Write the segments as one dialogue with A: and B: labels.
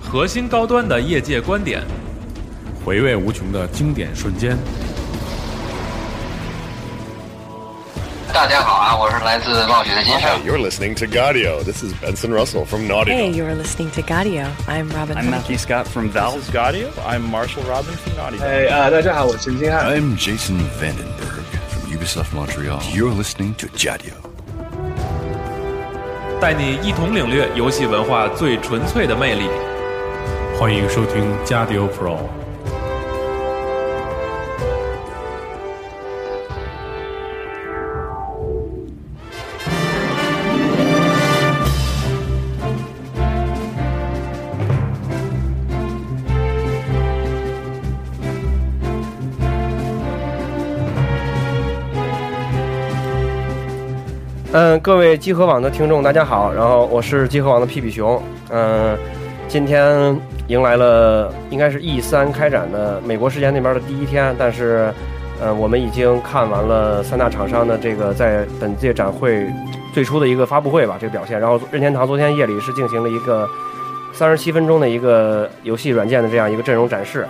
A: 核心高端的业界观点，
B: 回味无穷的经典瞬间。
C: 大家好啊，我是来自暴雪的金盛。
D: You're listening to Gaudio. This is Benson Russell from Naughty.
E: Hey,
D: Dog.
E: you're listening to Gaudio. I'm Robin.
F: I'm Matthew Scott from Valve.
G: This is Gaudio. I'm Marshall Robin from Naughty Dog.
H: 哎啊，大家好，我是金汉。
I: I'm Jason Vandenberg from Ubisoft Montreal. You're listening to Jadio.
A: 带你一同领略游戏文化最纯粹的魅力。
B: 欢迎收听加迪欧 Pro。
J: 嗯，各位集合网的听众，大家好，然后我是集合网的屁屁熊，嗯，今天迎来了应该是 E 三开展的美国时间那边的第一天，但是，嗯，我们已经看完了三大厂商的这个在本届展会最初的一个发布会吧，这个表现，然后任天堂昨天夜里是进行了一个三十七分钟的一个游戏软件的这样一个阵容展示，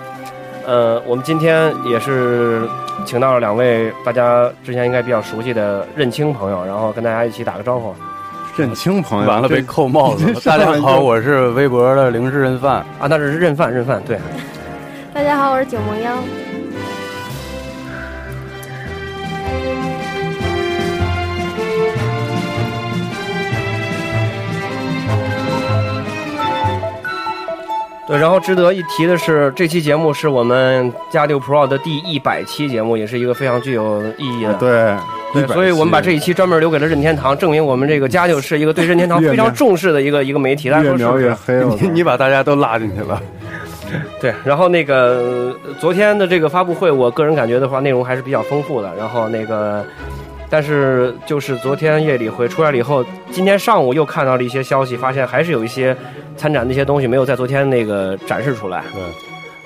J: 呃，我们今天也是请到了两位大家之前应该比较熟悉的认清朋友，然后跟大家一起打个招呼。
K: 认清朋友，
F: 完了被
K: 这
F: 扣帽子了。大家好，我是微博的零食人贩。
J: 啊，那是认饭认饭，对，
L: 大家好，我是九梦央。
J: 对。然后值得一提的是，这期节目是我们加六 Pro 的第一百期节目，也是一个非常具有意义的。
K: 啊对
J: 对，所以我们把这一
K: 一
J: 期专门留给了任天堂，证明我们这个加六是一个对任天堂
K: 越描
J: 非常重视的一个一个媒体。大家
K: 越
J: 说是
K: 描
J: 不
K: 越
J: 是？
K: 黑了。
F: 你你把大家都拉进去了，
J: 对。然后那个呃昨天的这个发布会，我个人感觉的话，内容还是比较丰富的。然后那个，但是就是昨天夜里回出来了以后，今天上午又看到了一些消息，发现还是有一些参展的一些东西没有在昨天那个展示出来。
F: 对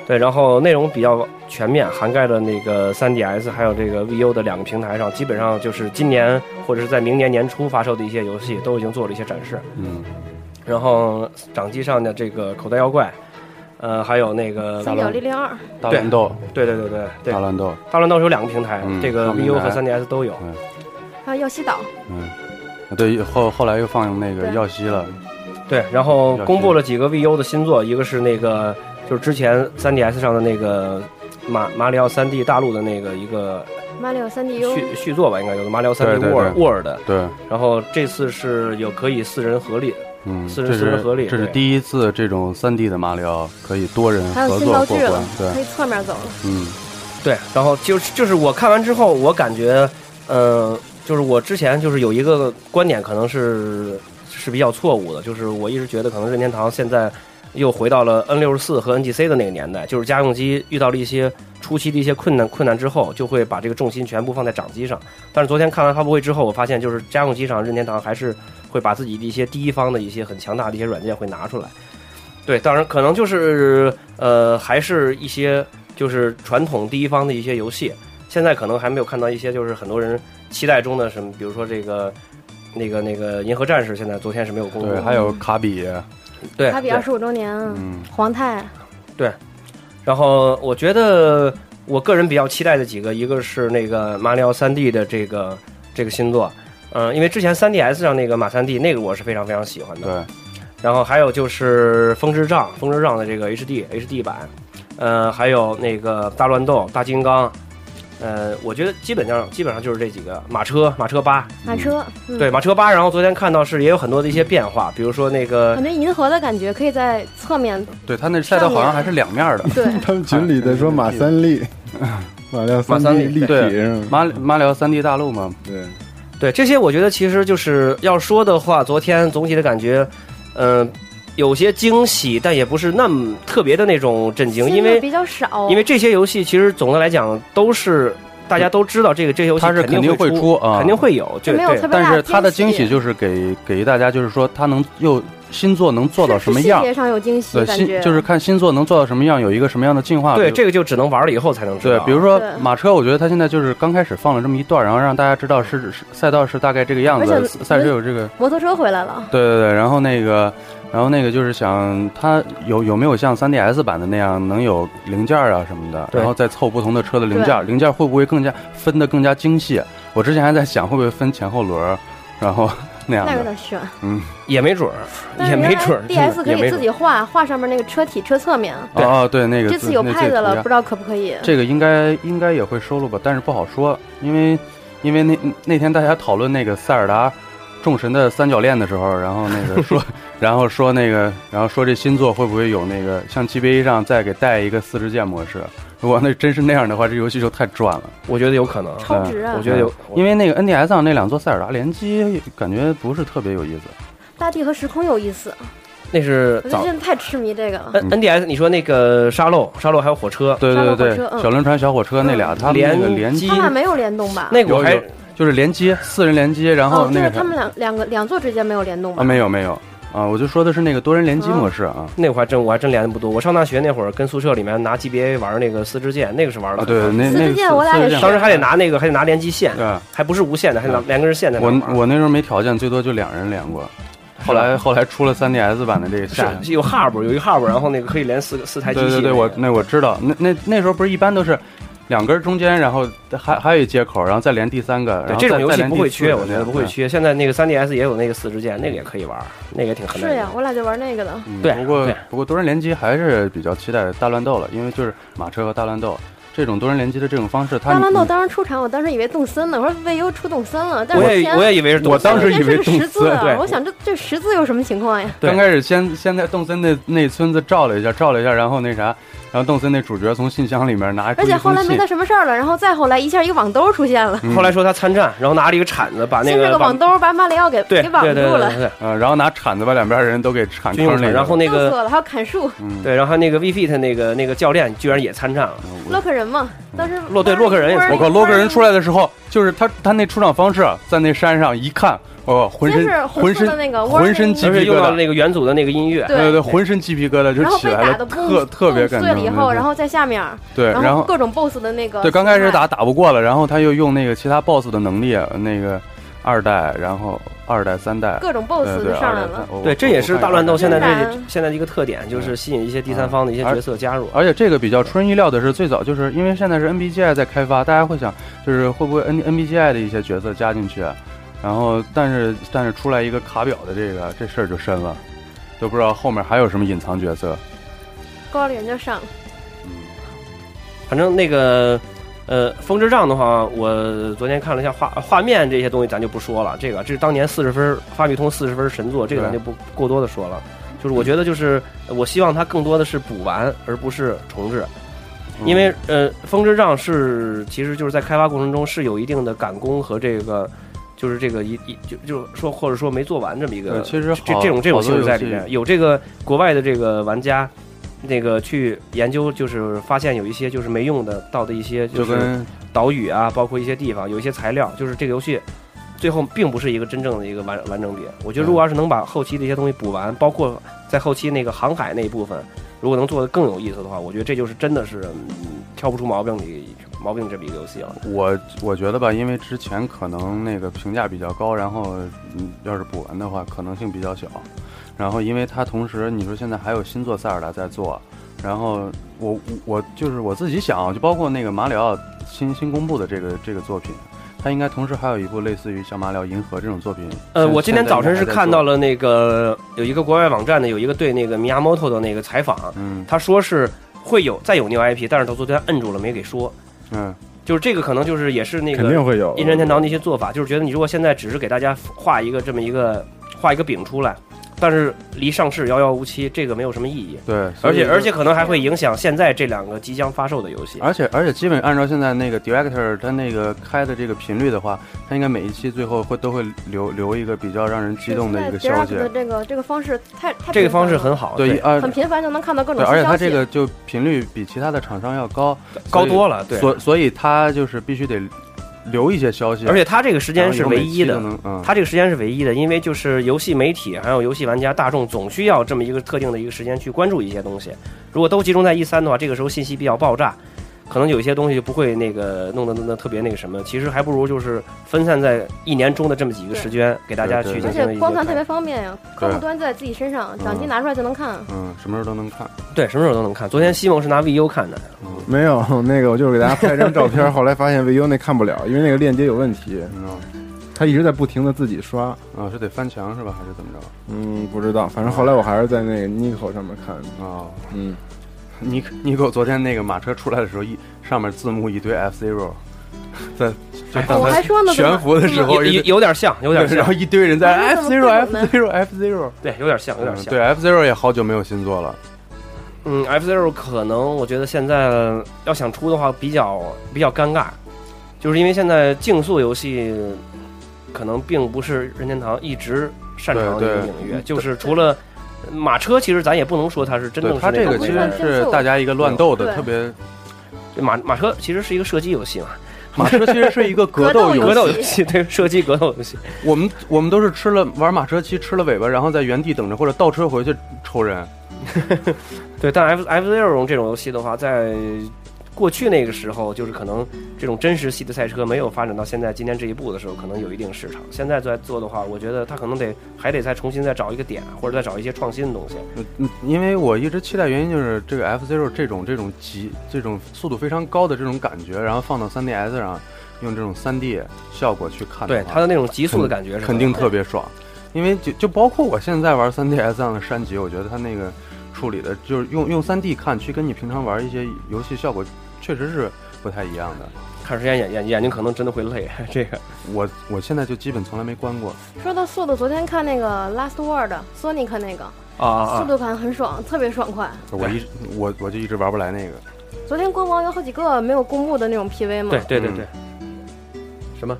J: 对，然后内容比较全面，涵盖了那个 3DS 还有这个 VU 的两个平台上，基本上就是今年或者是在明年年初发售的一些游戏都已经做了一些展示。
F: 嗯，
J: 然后掌机上的这个口袋妖怪，呃，还有那个
L: 三角零零二，
F: 嗯大乱斗，
J: 对对对对对
F: 大，乱斗，
J: 大乱斗是有两个平台，
F: 嗯
J: 这个
F: 双平
J: VU
F: 台
J: 和 3DS 都有。
L: 还有耀西岛，
F: 嗯，对，后后来又放那个
L: 对
F: 耀西了，
J: 对，然后
F: 要
J: 公布
F: 是
J: 了几个 VU 的新作，一个是那个就是之前 3DS 上的那个马马里奥 3D 大陆的那个一个
L: 马里奥三 D U，
J: 续续作吧，应该叫做马里奥 3D
F: 对对对
J: World World 的。
F: 对，
J: 然后这次是有可以四人合力，
F: 嗯，
J: 四人
F: 这
J: 四
F: 是
J: 人合力
F: 这是
J: 对
F: 第一次这种三 D 的马里奥可以多人
L: 还有
F: 合
L: 新道
F: 作过
L: 具了
F: 关，，
L: 可
F: 对，
L: 以侧面走了。
F: 嗯，
J: 对，然后就是就是我看完之后，我感觉，呃，就是我之前就是有一个观点可能是是比较错误的，就是我一直觉得可能任天堂现在又回到了 N 六十四和 NGC 的那个年代，就是家用机遇到了一些初期的一些困难困难之后，就会把这个重心全部放在掌机上。但是昨天看完发布会之后，我发现就是家用机上任天堂还是会把自己的一些第一方的一些很强大的一些软件会拿出来。对，当然可能就是呃，还是一些就是传统第一方的一些游戏，现在可能还没有看到一些就是很多人期待中的什么，比如说这个那个那个银河战士，现在昨天是没有公布
F: 对，
J: 的，
F: 还有卡比，
J: 对
L: 卡比
J: 对
L: 二十五周年，
F: 嗯，
L: 皇太，
J: 然后我觉得我个人比较期待的几个，一个是那个马里奥三 D 的这个这个新作，嗯、因为之前三 DS 上那个马三 D 那个我是非常非常喜欢的，
F: 对，
J: 然后还有就是《风之杖》，《风之杖》的这个 HD HD 版，呃，还有那个大乱斗、大金刚，呃，我觉得基本上基本上就是这几个马车、马车八，
L: 马车，嗯
J: 对，，马车八。然后昨天看到是也有很多的一些变化，比如说那个
L: 感觉银河的感觉可以在侧面，
F: 对他那赛道好像还是两面的，
L: 对
K: 他们群里在说马三立， 马料
J: 马三立
K: 立体
F: 对
K: 是吗？
F: 马马里奥三 D 大陆嘛，
K: 对，
J: 对这些，我觉得其实就是要说的话，昨天总体的感觉，嗯、有些惊喜，但也不是那么特别的那种震惊，
L: 新
J: 因
L: 的
J: 为
L: 比较少，
J: 因为这些游戏其实总的来讲都是大家都知道这个这些游戏
F: 它是肯定
J: 会
F: 会出啊，
J: 肯定会有，
L: 就
J: 对
L: 没有
J: 对
L: 特别
F: 但
L: 大
F: 是它的惊
L: 惊
F: 喜就是给给大家，就是说它能又新作能做到什么样
L: 是是细，节上有惊喜，
F: 对
L: 感
F: 新
L: 觉
F: 就是看新作能做到什么样，有一个什么样的进化。
J: 对，
F: 啊比如
J: 这个就啊只能玩了以后才能知道。
F: 对，比如说
L: 对
F: 马车，我觉得它现在就是刚开始放了这么一段，然后让大家知道是是赛道是大概这个样
L: 而
F: 子，
L: 且
F: 赛事有这个，啊
L: 摩托车回来了，
F: 对对对，然后那个然后那个就是想它有有没有像 3DS 版的那样能有零件啊什么的，
J: 对
F: 然后再凑不同的车的零件，
L: 对
F: 零件会不会更加分的更加精细？我之前还在想会不会分前后轮儿，然后 那样
L: 那有
F: 的，
L: 点悬。
F: 嗯，
J: 也没准儿，
L: 但
J: 也
L: 是
J: 没
L: 原来
J: 准儿嗯
L: DS 可
J: 也没准
L: 以自
J: 儿
L: 己画画上面那个车体、车侧面。
J: 对
F: 哦对，那个
L: 这次有
F: 那
L: 派
F: 这个
L: 的
F: 图
L: 了，
F: 样
L: 不知道可不可以？
F: 这个应该应该也会收录吧，但是不好说，因为因为那那天大家讨论那个塞尔达众神的三角恋的时候，然后那个 说，然后说那个，然后说这新作会不会有那个像 GBA 上再给带一个四支箭模式？如果那真是那样的话，这游戏就太赚了。
J: 我觉得有可能。
L: 超
F: 嗯
L: 值啊！
J: 我觉得有，
F: 因为那个 NDS 上那两座塞尔达联机感觉不是特别有意思。
L: 大地和时空有意思，
J: 那是
L: 我
J: 早
L: 最近太痴迷这个了。
J: N N D S，你说那个沙漏，沙漏还有火车，
F: 嗯对对对
L: 小火车
F: 对，
L: 嗯
F: 小轮船、小火车那俩，他们那个联机
J: 机
L: 他俩没有联动吧？
J: 那个我
F: 有
J: 还
F: 有就是联机四人联机，然后
L: 哦，
F: 那
L: 对，
F: 个
L: 他们两两个两座之间没有联动
F: 啊，
L: 吧？
F: 没有没有啊，我就说的是那个多人联机
L: 嗯
F: 模式啊
J: 那个我还真我还真联系不多。我上大学那会儿跟宿舍里面拿 G B A 玩那个四支箭，那个是玩
F: 啊，
J: 的。
F: 对，那
L: 四
F: 那
L: 支
F: 个
L: 箭
F: 四
L: 我俩
F: 四
L: 也啊
F: 支
L: 是
F: 箭
J: 当时还得拿那个还得拿联机线，
F: 对。
J: 还不是无线的，还拿连根线的。
F: 我我那时候没条件，最多就两人连过。后来后来出了 3DS 版的这个下，
J: 是有 hub 有一个 hub，然后那个可以连四个四台
F: 对
J: 机器那
F: 对
J: 个。
F: 对，我那我知道，那那那时候不是一般都是两根中间，然后还还有一接口，然后再连第三个，
J: 对
F: 然后
J: 这种
F: 再
J: 游
F: 再
J: 戏
F: 连
J: 不
F: 第
J: 会
F: 四
J: 缺，
F: 个
J: 我觉
F: 那
J: 得
F: 样
J: 不会
F: 嗯
J: 缺。现在那个 3DS 也有那个四支箭，那个也可以玩，那个也挺狠的。
L: 是呀，我俩就玩那个的。
F: 嗯
J: 对
F: 不过
J: 对
F: 不过多人联机还是比较期待大乱斗了，因为就是马车和大乱斗这种多人联机的这种方式，它
L: 大乱斗
F: 嗯
L: 当时出场，我当时以为动森呢，我说未优出动森了，但
J: 我
L: 是
J: 也
L: 天
J: 我也以为是，
F: 我当时
L: 天
F: 以为
L: 是个
F: 动
L: 十字
F: 森，
J: 对
L: 啊，我想这这十字有什么情况呀？
J: 对
F: 刚开始先先在动森那那村子照了一下，照了一下，然后那啥，然后动森那主角从信箱里面拿出
L: 而
F: 一
L: 且后
F: 封
L: 来没
F: 信嗯
L: 他，什么事儿了，然后再后来一下一个网兜出现了，
J: 后来说他参战，然后拿了一个铲子把那
L: 先是
J: 个
L: 个网兜把马里奥给
J: 对
L: 给
J: 对
L: 网
J: 对
L: 住
J: 对
L: 了
J: 对，对
F: 呃，然后拿铲子把两边人都给铲
J: 军
F: 坑
J: 用
F: 里
J: 铲，
F: 了。
J: 然后那
L: 冻死
J: 个
L: 我了，还有砍树，
F: 嗯，
J: 对，然后那个 V Fit 那个那个教练居然也参战了，
L: 洛克人嘛，当时
J: 洛对洛克人也
F: 我靠，嗯洛克人出来的时候，就是他他那出场方式，在那山上一看，哦，浑
L: 先是
F: 身
L: 红
F: 浑
L: 色的那个
F: 身浑身
L: warning
F: 鸡
J: 而且
F: 皮
J: 用
F: 疙
J: 到了
F: 瘩，
J: 那个元祖的那个音乐，
L: 对
F: 对对，浑身鸡皮疙瘩就
L: 然后
F: 起
L: 被
F: 来
L: 打
F: 了，
L: 的
F: 特特别感
L: 碎了以
F: 动。
L: 后，
F: 对
L: 然后在下面，
F: 对，然
L: 后
F: 后
L: 各种 BOSS 的那个
F: 对，刚开始
L: 形态
F: 打打不过了，然后他又用那个其他 BOSS 的能力，那个二代，然后二代、三代，
L: 各种
F: 对
L: BOSS
F: 对
L: 就上
F: 二
L: 来
F: 代
L: 了
F: 三，我
J: 对，这
F: 我
J: 也
F: 我
J: 是
F: 看
J: 大
F: 一
J: 乱
F: 下
J: 斗现在
L: 明白
J: 这现在的一个特点，就是吸引一些第三方的一些
F: 嗯而
J: 角色加入。
F: 而且这个比较出人意料的是，最早就是因为现在是 NBGI 在开发，大家会想就是会不会 N NBGI 的一些角色加进去，啊然后但是但是出来一个卡表的这个这事儿就深了，都不知道后面还有什么隐藏角色。
L: 高人就上了，
F: 嗯
J: 反正那个呃，风之杖的话，我昨天看了一下画画面这些东西，咱就不说了。这个这是当年四十分发米通四十分神作，这个咱
F: 对
J: 就不过多的说了。就是我觉得，就是呃我希望它更多的是补完，而不是重置。
F: 嗯
J: 因为呃，风之杖是其实就是在开发过程中是有一定的赶工和这个，就是这个一一就就是说或者说没做完这么一个，
F: 对呃其实
J: 这
F: 好
J: 这种这种
F: 好多
J: 性质在里
F: 游戏
J: 面，有这个国外的这个玩家。那个去研究，就是发现有一些就是没用的到的一些
F: 嗯就是跟
J: 岛屿啊，包括一些地方，有一些材料，就是这个游戏最后并不是一个真正的一个完完整点。我觉得如果要是能把后期的一些东西补完，包括在后期那个航海那一部分，如果能做得更有意思的话，我觉得这就是真的是、嗯、挑不出毛病的一毛病这么一个游戏了。
F: 我我觉得吧，因为之前可能那个评价比较高，然后嗯，要是补完的话，可能性比较小。然后因为它同时，你说现在还有新作塞尔达在做，然后我我就是我自己想，就包括那个马里奥新新公布的这个这个作品，它应该同时还有一部类似于像马里奥银河这种作品。
J: 呃，
F: 现
J: 我今天早晨是看到，
F: 现在应该还在做
J: 了那个有一个国外网站的有一个对那个米亚莫托的那个采访，啊
F: 嗯
J: 他说是会有再有 new IP，但是他昨天摁住了没给说，
F: 嗯，
J: 就是这个可能就是也是那个
K: 肯定会有。
J: 任天堂的一些做法，就是觉得你如果现在只是给大家画一个这么一个画一个饼出来，但是离上市遥遥无期，这个没有什么意义。
F: 对，所
J: 而
F: 以
J: 且
F: 就
J: 而且可能还会影响现在这两个即将发售的游戏。
F: 而且而且基本按照现在那个 director 他那个开的这个频率的话，他应该每一期最后会都会留留一个比较让人激动的一个
L: 现在
F: 消
L: Direct
F: 息。
L: 的这个这个方式太太
J: 这个
L: 频繁
J: 方式
L: 了
J: 很好，
F: 对，
J: 对，
F: 而
L: 很频繁就能看到各
F: 对，
L: 种
F: 而且
L: 新消
F: 它这。
L: 息
F: 个就频率比其他的厂商要高，
J: 高多了，对。
F: 所所以它就是必须得留一些消息，
J: 而且它这个时间
F: 然后以
J: 是
F: 后
J: 唯
F: 每
J: 一
F: 期都
J: 的，
F: 能嗯，
J: 它这个时间是唯一的，因为就是游戏媒体还有游戏玩家大众总需要 E 这么一个特定的一个时间去关注一些东西。如果都集中在一三的话，这个时候信息比较爆炸，可能有一些东西就不会那个弄得弄得特别那个什么。其实还不如就是分散在一年中的这么几个时间，给大家去进
L: 而
J: 行
L: 且
J: 一个
L: 光
J: 看
L: 盘特别方便呀，客户端就在自己身上，
J: 嗯
L: 掌机拿出来就能看。
F: 嗯，什么时候都能看。
J: 对，什么时候都能看。昨天西蒙是拿 VU 看的，
K: 没有那个，我就是给大家拍张照片， 后来发现 VU 那看不了，因为那个链接有问题，他一直在不停的自己刷。
F: 啊，是得翻墙是吧？还是怎么着？
K: 嗯，不知道，反正后来我还是在那个 Nico 上面看的。
F: 哦，
K: 嗯，
F: 尼克尼克昨天那个马车出来的时候，一上面字幕一堆 F Zero，在
J: 哎
F: 就
L: 我还说呢怎么
F: 悬浮的时候
J: 有有有点像， 有点像。
F: 然后一堆人在
L: 哎
F: F
L: 怎么
F: Zero
L: 会有
F: F
L: 呢
F: Zero F Zero，
J: 对，有点像，有点像。
F: 对 F Zero 也好久没有新作了。
J: 嗯，F Zero 可能我觉得现在要想出的话，比较比较尴尬，就是因为现在竞速游戏可能并不是任天堂一直擅长的一个
F: 对对
J: 领域，就是除了马车，其实咱也不能说它是真正
F: 对，
J: 是
F: 它这
J: 那
F: 个
J: 种
F: 其
L: 它
F: 实
L: 不是
F: 是
L: 竞速
F: 大家一个乱斗的，
L: 对
F: 特别
J: 对马马车其实是一个射击游戏嘛，
F: 马车其实是一个格
L: 格斗
F: 游
J: 格
F: 戏。
J: 斗游戏对 射击格斗游戏，
F: 我们我们都是吃了玩马车骑吃了尾巴，然后在原地等着或者倒车回去抽人。
J: 对，但 F F Zero 这种游戏的话，在过去那个时候，就是可能这种真实系的赛车没有发展到现在今天这一步的时候，可能有一定市场。现在在做的话，我觉得它可能得还得再重新再找一个点，或者再找一些创新的东西。
F: 嗯，因为我一直期待原因就是这个 F Zero 这种这种极这种速度非常高的这种感觉，然后放到 3DS 上，用这种 3D 效果去看
J: 对
F: 话
J: 它的那种急速的感觉是吧
F: 啊肯定特别爽。因为就就包括我现在玩 3DS 上的山脊，我觉得它那个处理的，就是用用 3D 看去跟你平常玩一些游戏效果，确实是不太一样的。
J: 看时间眼眼眼睛可能真的会累。 这个
F: 我我现在就基本从来没关过
L: 说到速度，昨天看那个《Last Word》Sonic 那个，
F: 啊
L: 速！度感很爽，特别爽快。
F: 我一我我就一直玩不来那个。
L: 昨天官网有好几个没有公布的那种 PV 嘛，
J: 对对
F: 嗯
J: 对对，什么？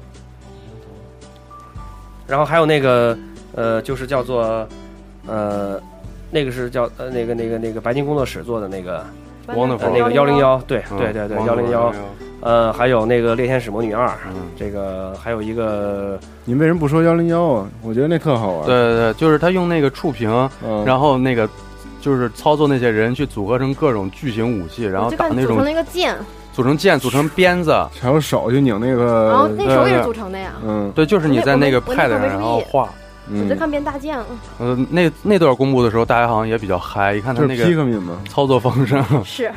J: 然后还有那个呃，就是叫做呃，那个是叫呃那个那个那个白金工作室做的那个。
L: 完了
F: Wonderful
J: 呃，那个幺零幺，对
F: 嗯
J: 对对对，
F: 王
J: 幺
F: 者
J: 零
F: 荣
J: 幺
F: 耀，
J: 呃，还有那个《猎天使魔女二》
F: 嗯，
J: 这个还有一个，
K: 你为什么不说幺零幺啊？我觉得那特好
J: 嗯
K: 玩。
F: 对，对对，就是他用那个触屏，
K: 嗯，
F: 然后那个就是操作那些人去组合成各种巨型武器，然后
L: 就
F: 打
L: 看
F: 那
L: 组成
F: 种
L: 了一个剑，
F: 组成剑、组成鞭子。
K: 还有手去拧那
L: 然后
K: 个，
L: 那手也
F: 呃对
L: 是组成的呀。
K: 嗯
F: 对，就是你在那个
L: 我那
F: pad
L: 我那
F: 上
L: 会儿没
F: 然后
L: 注意
F: 画。
L: 我
K: 嗯
L: 在，看变大 剑，
F: 呃，那那段公布的时候，大家好像也比较嗨，一看他
K: 就是
F: 那
K: p i
F: 个
K: k m i n 嘛。
F: 操作方式、
L: 是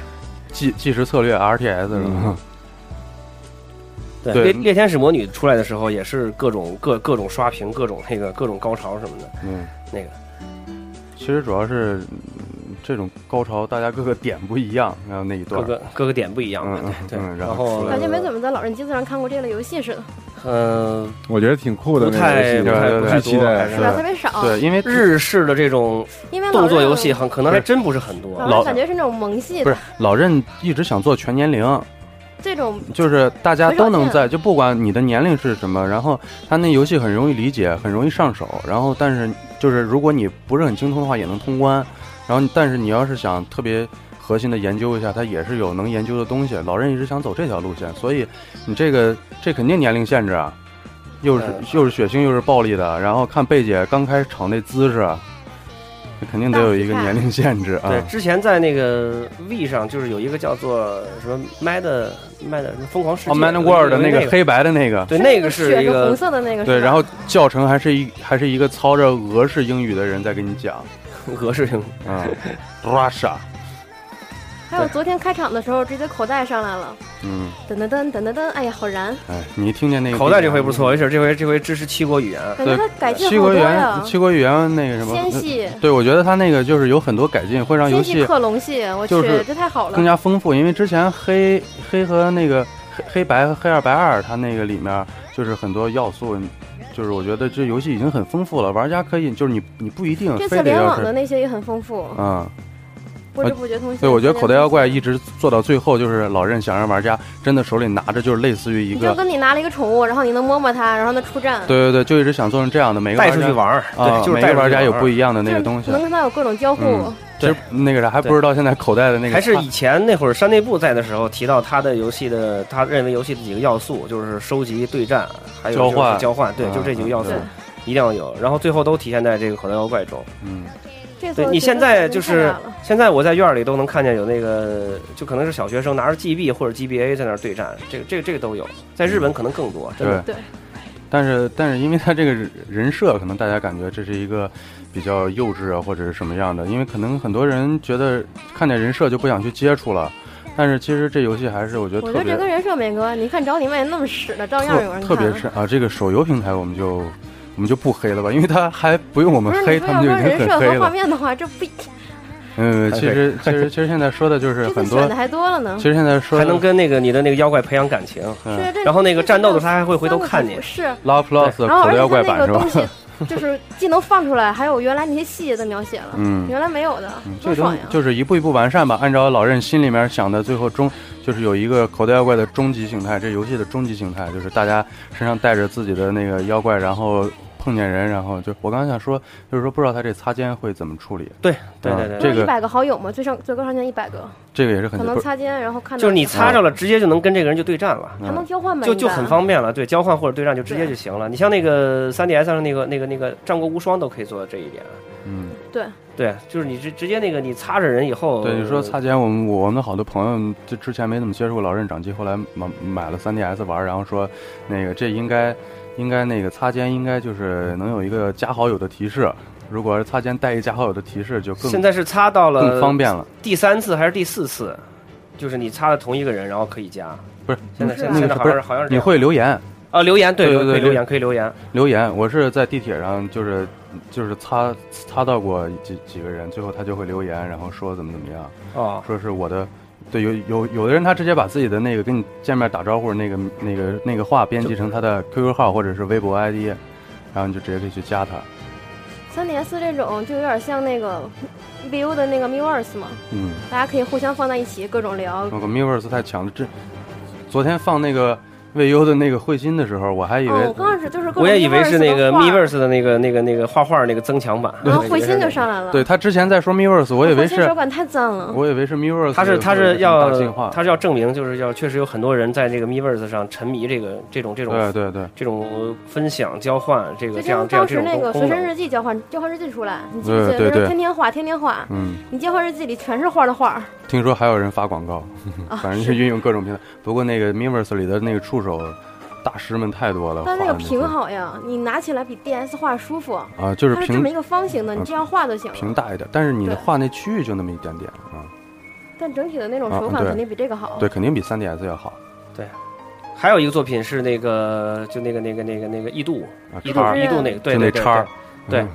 F: 计计时策略、RTS 什么
K: 嗯
F: 的。
J: 对《
F: 对
J: 猎猎天使魔女》出来的时候也是各种各各种刷屏，各种那个各种高潮什么的，
F: 嗯，
J: 那个
F: 其实主要是嗯这种高潮，大家各个点不一样，然后那一
J: 各
F: 段。
J: 个各个点不一样嘛，
F: 嗯
J: 对
F: 嗯
J: 对。
F: 然
J: 然
F: 后
J: 后
F: 出来
L: 感觉没怎么在老人机子上看过这类游戏似的，
J: 呃，
K: 我觉得挺酷的
J: 不
K: 那
J: 太
K: 个游戏，
J: 不太不
F: 对
J: 太
K: 我巨期
J: 多，还
K: 待。啊
J: 是
L: 是吧？特别少。
F: 对，因为
J: 日式的这种
L: 因为老
J: 动作
L: 任
J: 游戏很可能还真不是很多，
L: 老人感觉是那种萌系
F: 不
L: 的
F: 是老任一直想做全年龄，
L: 这种，
F: 就是大家都能
L: 很少
F: 在，就不管你的年龄是什么，然后他那游戏很容易理解，很容易上手，然后但是就是如果你不是很精通的话，也能通关。然后但是你要是想特别核心的研究一下，它也是有能研究的东西。老任一直想走这条路线，所以你这个这肯定年龄限制啊，又是
J: 嗯
F: 又是血腥又是暴力的，然后看贝姐刚开场那姿势，肯定得有一个年龄限制啊。
J: 对，之前在那个 V 上就是有一个叫做什么 Mad Mad 什么疯狂世界
F: 哦，Man World 的
J: 有一
F: 那
J: 个
F: 个黑白的那个，
J: 对，
L: 是
J: 那个
L: 血
J: 是一
L: 红
J: 个
L: 色的那 个，
F: 对，
L: 是吧
F: 然后教程还是一还是一个操着俄式英语的人在跟你讲，
J: 俄式型，
F: 嗯，Russia，
L: 还有昨天开场的时候，直接口袋上来了，
F: 嗯，
L: 噔噔噔噔噔噔，哎呀，好燃！
F: 哎，你一听见那个
J: 口袋这回不错，而且这回这回支持七国语言，啊
L: 感觉它改进
F: 七
L: 好多
F: 国
L: 呀
F: 原，七国原那个什么，
L: 纤细
F: 呃对我觉得他那个就是有很多改进，会让游
L: 纤细
F: 戏
L: 克隆系，我去
F: 就是，
L: 这太好
F: 更
L: 了。
F: 加丰富，因为之前黑黑和那个黑黑白和黑二白二，它那个里面就是很多要素。就是我觉得这游戏已经很丰富了，玩家可以就是你你不一定
L: 这
F: 非
L: 次
F: 得
L: 联
F: 要
L: 网的
F: 是
L: 那些也很丰富，
F: 嗯，
L: 不知不觉通
F: 对，我觉得口袋妖怪一
L: 一，
F: 直做到最后，就是老任想让玩家真的手里拿着，就是类似于一
L: 你就
F: 个，
L: 跟你拿了一个宠物，然后你能摸摸它，然后它出战，
F: 对对对，就一直想做成这样的，每个
J: 带
F: 玩家
J: 出去玩儿，
F: 啊，
J: 对，就是
F: 每
J: 带
F: 个
J: 出去
F: 玩家有
J: 玩儿
F: 不一样的
L: 就
F: 那个
L: 是
F: 东西
L: 能。跟它有各种交互。
F: 嗯其实那个啥还不知道现在口袋的那个
J: 还是
F: 差
J: 以前那会儿山内部在的时候提到他的游戏的，他认为游戏的几个要素就是收集、对战，还有就是
F: 交换
J: 交换，对，
F: 嗯
J: 就这几个要素
L: 对
J: 一定要有，然后最后都体现在这个口袋妖怪中。
F: 嗯，
L: 这
J: 对
L: 座
J: 你
L: 绝
J: 现在
L: 肯
J: 就
L: 定太
J: 是
L: 大了
J: 现在，我在院儿里都能看见有那个，就可能是小学生拿着 GB 或者 GBA 在那儿对战，这个这个这个都有，在日本可能更多，
F: 嗯
J: 真的。
L: 对，
F: 但是但是因为他这个人人设，可能大家感觉这是一个比较幼稚啊，或者是什么样的，因为可能很多人觉得看见人设就不想去接触了。但是其实这游戏还是我觉得
L: 我
F: 特
L: 觉得
F: 别
L: 这跟人设没关系。你看找你卖那么屎的，照样有人看。
F: 特特别是啊，这个手游平台我们就我们就不黑了吧，因为他还不用我
L: 不
F: 们
L: 是你
F: 黑，
L: 说
F: 他
L: 要
F: 们就
L: 说
F: 已
L: 人
F: 经
L: 设
F: 很黑
L: 和画
F: 了。
L: 面的话，这不
F: 嗯，其实其实其实现在说的就是
L: 这
F: 很多
L: 选的还多了呢。
F: 现在说嗯
J: 还能跟那个你的那个妖怪培养感情，
L: 是这
J: 然后那个战斗的时候他还会回头
L: 三个
J: 看
L: 主
J: 你。
L: 是
F: Love Plus
J: 对
L: 然后
F: 口
L: 而
F: 袋妖
L: 且
F: 怪
L: 它那
F: 版是
L: 个东西
F: 吧？
L: 就是技能放出来，还有原来那些细节的描写了，
F: 嗯
L: 原来没有的，
F: 这个东
L: 多爽
F: 西
L: 呀！
F: 就是一步一步完善吧，按照老任心里面想的，最后终就是有一个口袋妖怪的终极形态，这游戏的终极形态就是大家身上带着自己的那个妖怪，然后碰见人，然后就我刚才想说，就是说不知道他这擦肩会怎么处理。
J: 对对
F: 啊
J: 对对，
L: 就
F: 这
L: 是一
F: 个
L: 百个好友嘛，最上最高上限一百个，
F: 这个也是很
L: 可能擦肩，然后看到
J: 就是你擦着了，直接就能跟这个人就对战了。
F: 嗯
L: 还能交换吗？
J: 就
L: 应
J: 就
L: 该
J: 很方便了，对，交换或者对战就直接就行了。你像那个 3DS 上那个那个那个《战国无双》都可以做到这一点，啊
F: 嗯。
L: 对，
J: 对，就是你直直接那个你擦着人以后，
F: 对，你说擦肩，我们我们的好多朋友就之前没怎么接触过老任掌机，后来买买了 3DS 玩，然后说那个这应该应该那个擦肩应该就是能有一个加好友的提示，如果是擦肩带一加好友的提示就更
J: 现在是擦到了
F: 更方便了。
J: 第三次还是第四次，就是你擦了同一个人，然后可以加。
F: 不是
J: 现在
L: 啊
F: 那
J: 现在
F: 个
J: 好像
F: 不
J: 是好像是这
F: 你
J: 样
F: 会留言
J: 啊留言对
F: 对
J: 可以
F: 对
J: 留言可以留言
F: 留言，我是在地铁上就是就是擦擦到过几几个人，最后他就会留言，然后说怎么怎么样。
J: 哦，
F: 说是我的，对，有有有的人他直接把自己的那个跟你见面打招呼那个那个那个话编辑成他的 QQ 号或者是微博 ID，然后你就直接可以去加他。
L: 三 DS 这种就有点像那个 VU 的那个 Miiverse 嘛，
F: 嗯，
L: 大家可以互相放在一起各种聊。
F: 那个 Miiverse 太强了，这昨天放那个未优的那个会心的时候，我还以为、
L: 哦，我刚开始就是各种
J: 我也以为是那个
L: Miiverse
J: Miiverse
L: 的画
J: 的那个那个那个画画那个增强版，
L: 然后慧心就上来了。
F: 对他之前在说 Miiverse，我以为
L: 慧心
F: 是
L: 手，感太赞了。
F: 我以为是 Miiverse，
J: 他是他
F: 有
J: 是
F: 一个
J: 要
F: 大进化，
J: 他是要证明，就是要确实有很多人在这个 Miiverse 上沉迷这个这种这种
F: 对对对，
J: 这种呃分享交换这
L: 就
J: 个这样
L: 像
J: 这样
L: 当
J: 这
L: 时
J: 种
L: 那个
J: 功
L: 随
J: 功
L: 身
J: 能。
L: 日记交换交换日记出来，你记
F: 对
L: 不记
F: 对对
L: 得？就是天天画，天天画。
F: 嗯。
L: 你交换日记里全是画的画儿，
F: 听说还有人发广告，
L: 啊
F: 嗯反正就运用各种平台。不过那个 Miiverse 里的那个触手大师们太多了，
L: 但那个
F: 画的
L: 屏好呀，你拿起来比 DS 画舒服。
F: 啊，就是呃
L: 它是这
F: 屏
L: 么一个方形的，你这样画就行了。
F: 屏大一点，但是你的
L: 对
F: 画那区域就那么一点点啊。
L: 但整体的那种
F: 啊
L: 手感
F: 对
L: 肯定比这个好。
F: 对，肯定比 3DS 要好。
J: 对，还有一个作品是那个就那个那个那个那个异度
F: 啊，
J: 异度
F: 叉儿
J: 异度那个对
F: 就
J: 对
F: 那
J: 对
F: 叉儿，
J: 对对
F: 嗯，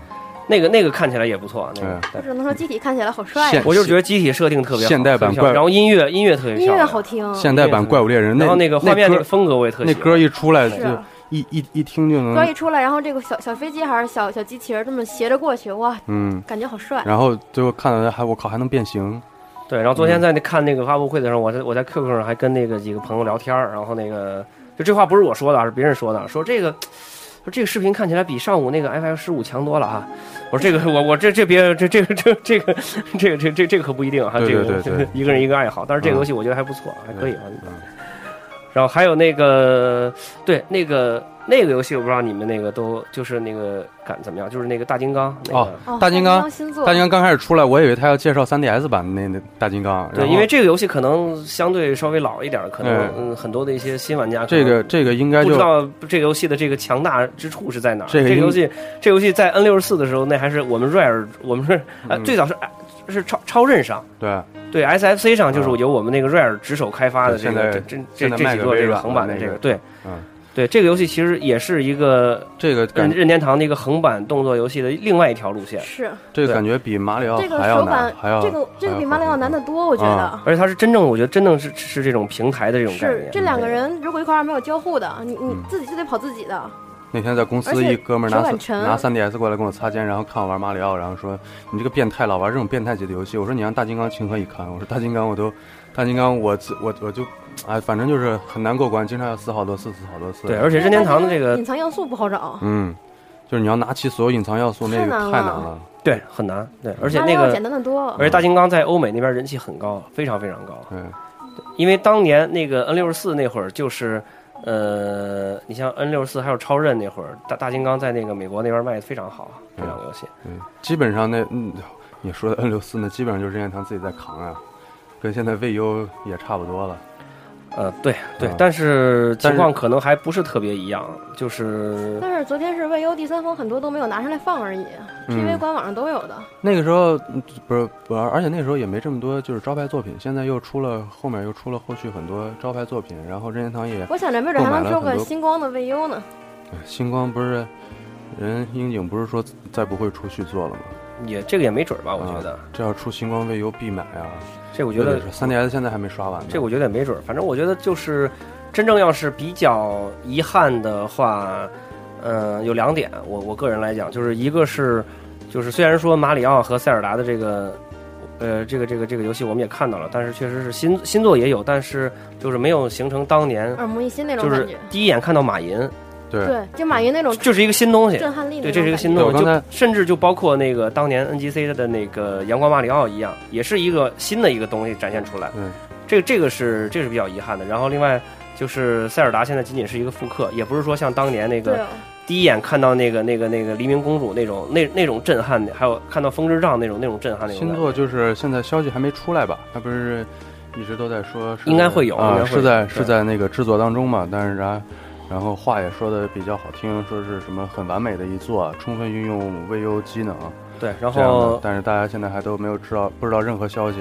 J: 那个那个看起来也不错，那个
L: 我
J: 对
L: 只能说机体看起来好帅呀
F: 现，
J: 我就觉得机体设定特别好，
F: 现代版
J: 特别漂亮
F: 怪
J: 然后音乐音乐特别
L: 音
J: 漂
L: 乐
J: 亮，
L: 好听。
F: 嗯现代版怪物猎人，
J: 然后那个画面那
F: 那
J: 个风格我也特喜
F: 那
J: 欢
F: 歌一出来就是嗯
L: 啊
F: 一一一听就
L: 歌
F: 能
L: 一出来，然后这个小小飞机还是小小机器人这么斜着过去，哇，
F: 嗯，
L: 感觉好帅。
F: 然后最后看到它还我靠还能变形，
J: 对，然后昨
F: 嗯
J: 天在那看那个发布会的时候，我在我在 QQ 上还跟那个几个朋友聊天儿，然后那个就这话不是我说的啊，是别人说的，说这个说这个视频看起来比上午那个 iPhone 十五强多了啊。我说这个我我这这别这这这这个这个这这这个可不一定啊，
F: 对
J: 这
F: 对对嗯
J: 个
F: 对
J: 一个人一个爱好，但是这个游戏我觉得还不错，还可以啊。然后还有那个对那个那个游戏，我不知道你们那个都就是那个感怎么样，就是那个大金刚那个。
F: 哦
L: 哦
F: 大金
L: 大金
F: 刚
L: 刚新作
F: 大金刚刚开始出来，我以为他要介绍 3DS 版那那大金刚，然
J: 对，
F: 后
J: 因为这个游戏可能相对稍微老一点儿，可能
F: 哎
J: 嗯很多的一些新玩家可
F: 这
J: 能
F: 个这个应该
J: 不
F: 就
J: 知道这个游戏的这个强大之处是在哪儿。
F: 这个
J: 这个
F: 应
J: 游戏，这个游戏在 N 六十四的时候，那还是我们 Rare，我们是呃
F: 嗯
J: 最早是呃是超超任上，
F: 对
J: 对 SFC 上就是由我们那个 Rare 直手开发的
F: 嗯对
J: 这
F: 现
J: 个
F: 在
J: 这这
F: 现
J: 这
F: 在
J: 这
F: 卖
J: 几
F: 给
J: 座
F: 微
J: 这个
F: 软
J: 横版
F: 的
J: 的
F: 那
J: 这
F: 个
J: 对
F: 嗯。
J: 对这个游戏其实也是一个
F: 这个
J: 任
F: 感
J: 任天堂的一个横版动作游戏的另外一条路线，
L: 是
F: 这个感觉比马里奥
J: 哦
L: 这个
F: 还要
L: 手
F: 难
L: 感，
F: 还要，
L: 这个这个比马里奥难得多，我觉得
F: 啊。
J: 而且它是真正我觉得真正是是这种平台嗯的这种概
L: 是
J: 念。嗯
L: 这
F: 嗯
L: 两个人如果一块儿没有交互的，你你自己就得跑自己的。
F: 那天在公司
L: 而且
F: 一哥们儿拿
L: 手感
F: 三
L: 沉
F: 拿三 DS 过来跟我擦肩，然后看我玩马里奥，然后说你这个变态老玩这种变态级的游戏。我说你让大金刚情何以堪？我说大金刚我都，大金刚我自我我就，哎，反正就是很难过关，经常要死好多次，死好多次。
J: 对，而且任天堂的这个
L: 隐藏要素不好找，
F: 嗯，就是你要拿起所有隐藏要素，那
L: 太
F: 个
L: 难
F: 太难
L: 了
F: 了。
J: 对很难，对，而且
L: 马
J: 那
L: 里奥
J: 个
L: 简单的多。
J: 而且大金刚在欧美那边人气很高，啊非常非常高。
F: 对，
J: 因为当年那个 N 六十四那会儿，就是呃，你像 N 六十四还有超任啊那会儿，大大金刚在那个美国那边卖的非常好，这两个游戏。
F: 对，基本上那嗯，你说的 N 六四呢，基本上就是任天堂自己在扛啊，跟现在 VU 也差不多了。
J: 呃，对对
F: 啊，
J: 但是情
F: 但是
J: 况可能还不是特别一样，就是
L: 但是昨天是 VU 第三方很多都没有拿上来放而已，是因为
F: 嗯
L: 官网上都有的。
F: 那个时候嗯不是不是，而且那时候也没这么多就是招牌作品，现在又出了后面又出了后续很多招牌作品，然后任天堂也
L: 我想着没准还
F: 购买
L: 能
F: 了
L: 出
F: 很
L: 个
F: 多
L: 星光的 VU 呢。
F: 星光不是人樱井不是说再不会出续作了吗？
J: 也这个也没准儿吧，我觉得。
F: 这要出星光未优必买啊！
J: 这我觉得
F: 三 DS 现在还没刷完呢。
J: 这我觉得也没准儿，反正我觉得就是，真正要是比较遗憾的话，嗯，有两点，我我个人来讲，就是一个是，就是虽然说马里奥和塞尔达的这个，呃，这个这个这个游戏我们也看到了，但是确实是新新作也有，但是就是没有形成当年
L: 耳目一新那
J: 嗯
L: 种
J: 就
L: 感
J: 是
L: 觉。
J: 第一眼看到马银，
F: 对
L: 对，就马云那种
J: 就是一个新东西，
L: 震撼力
J: 对，
L: 那种
J: 这是一个
L: 感觉
J: 新东西，
F: 对我刚
J: 就
F: 才
J: 甚至就包括那个当年 NGC 的那个阳光马里奥一样，也是一个新的一个东西展现出来。
F: 嗯，
J: 这个这个是这个是比较遗憾的。然后另外就是塞尔达现在仅仅是一个复刻，也不是说像当年那
L: 对
J: 个
L: 哦
J: 第一眼看到那个那个那个黎明公主那种那那种震撼的，还有看到风之杖那种那种震撼那种
F: 新
J: 感觉。
F: 作就是现在消息还没出来吧？他不是一直都在说是，
J: 应该会有应
F: 啊，
J: 该会有
F: 是在
J: 对
F: 是在那个制作当中嘛？但是然然后话也说的比较好听，说是什么很完美的一作，充分运用未优机能。
J: 对然后
F: 这样的但是大家现在还都没有知道不知道任何消息。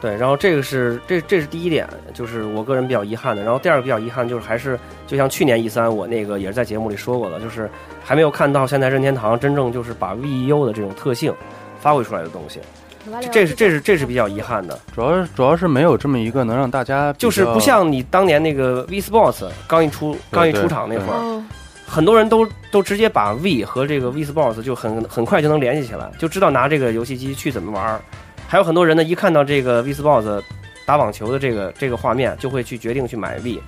J: 对，然后这个是这这是第一点，就是我个人比较遗憾的。然后第二个比较遗憾就是还是就像去年 E 三我那个也是在节目里说过的，就是还没有看到现在任天堂真正就是把 VU 的这种特性发挥出来的东西，这这是这是这是比较遗憾的，
F: 主要是主要是没有这么一个能让大家比较
J: 就是不像你当年那个 V Sports 刚一出
F: 对
J: 刚一出场那会
F: 对
L: 哦
J: 儿。很多人都都直接把 V 和这个 V Sports 就很很快就能联系起来，就知道拿这个游戏机去怎么玩儿。还有很多人呢，一看到这个 V Sports 打网球的这个这个画面，就会去决定去买 V，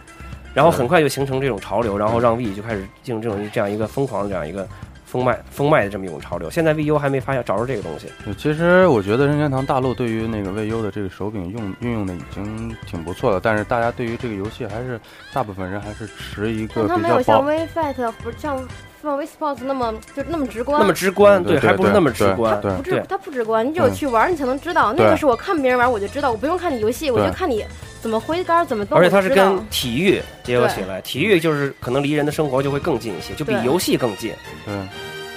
J: 然后很快就形成这种潮流，然后让 V 就开始进入这种这样一个疯狂的这样一个风脉风脉的这么一种潮流。现在 VU 还没发现找着这个东西，
F: 呃其实我觉得任天堂大陆对于那个未优的这个手柄用运用的已经挺不错的，但是大家对于这个游戏还是大部分人还是持一个
L: 但它
F: 比
L: 没
F: 较
L: 有像
F: 保
L: V Fight 不是像像 V Sports 那么就那么直观，
J: 那么直观，
F: 嗯对对
J: 还不是
F: 对
J: 那么直
F: 对
J: 观，
F: 对
L: 不是它不直观，你只有
F: 嗯
L: 去玩你才能知道。那个
F: 对
L: 是我看别人玩我就知道，我不用看你游戏，我
F: 对
L: 就看你怎么挥杆怎么动。
J: 而且它是
L: 我就知道
J: 跟体育结合起来，体育就是可能离人的生活就会更近一些，就比
L: 对
J: 游戏更近。
F: 对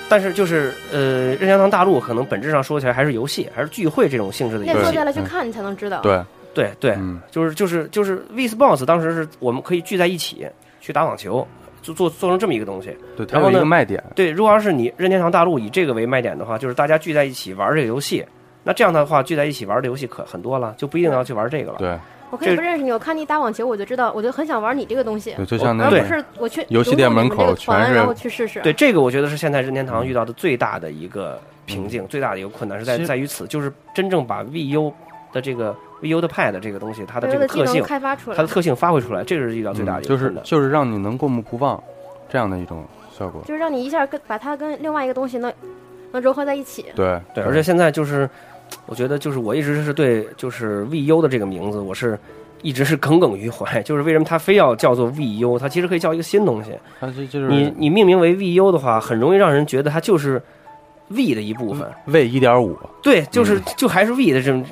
J: 但是就是呃，任天堂大陆可能本质上说起来还是游戏，还是聚会这种性质的
L: 你
J: 游
L: 得坐
J: 戏
L: 下。来去看你才能知道。
F: 嗯对
J: 对对，
F: 嗯
J: 就是就是就是 V Sports 当时是我们可以聚在一起去打网球，就做做成这么一个东西。
F: 对，它
J: 然后
F: 有一
J: 呢
F: 个卖点，
J: 对，如果要是你任天堂大陆以这个为卖点的话，就是大家聚在一起玩这个游戏，那这样的话聚在一起玩的游戏可很多了，就不一定要去玩这个了。
F: 对，
L: 我可以不认识你，我看你打网球，我就知道，我就很想玩你这个东西
F: 对，就像那
L: 而
F: 个
L: 不是我去
F: 游戏店门口
L: 融入你们这个团
F: 全是
L: 然后去试试。
J: 对，这个我觉得是现在任天堂遇到的最大的一个瓶颈，最大的一个困难是在
F: 其实
J: 在于此，就是真正把 VU 的这个 VU 的 Pad 这个东西，它的这个
L: 的技
J: 特
L: 能
J: 性，
L: 开发出来，
J: 它的特性发挥出来，这个是遇到啊最大的一
F: 嗯就
J: 个
F: 是
J: 困难。
F: 就是让你能过目不忘这样的一种效果，
L: 就是让你一下跟把它跟另外一个东西能能融合在一起。
F: 对
J: 对，而且现在就是，我觉得就是我一直是对就是 VU 的这个名字，我是一直是耿耿于怀，就是为什么它非要叫做 VU，它其实可以叫一个新东西。
F: 它这就是
J: 你你命名为 VU 的话，很容易让人觉得它就是 V 的一部分。
F: 为一点五
J: 对，就是、
F: 嗯
J: 就还是 V 的这么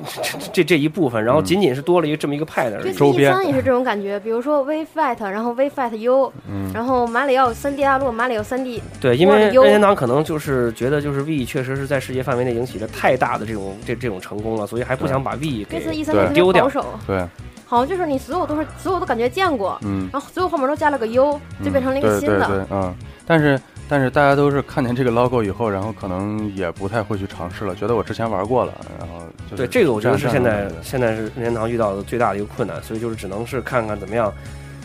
J: 这这这一部分，然后仅仅是多了一个这么一个 Pad 而
L: 对
J: 已。
F: 周边
L: ，E 三也是这种感觉，比如说 V Fight，然后 V Fight U，、然
F: 嗯
L: 后马里奥三 D 大陆，马里奥三 D，
J: 对，因为
L: 哇 U
J: 任天堂可能就是觉得就是 V 确实是在世界范围内引起了太大的这种这这种成功了，所以还不想把 V
L: 这次 E
J: 给
L: 三特别
J: 丢掉
L: 保守，
F: 对，
L: 好像就是你所有都是所有都感觉见过，
F: 嗯，
L: 然后所有后面都加了个 U，就变成了一个
F: 对
L: 新
F: 对
L: 的。
F: 对，嗯，但是但是大家都是看见这个 logo 以后，然后可能也不太会去尝试了，觉得我之前玩过了，然后就是
J: 对这个我觉得是
F: 样
J: 现
F: 这样
J: 在
F: 的感觉
J: 现在是任天堂遇到的最大的一个困难，所以就是只能是看看怎么样。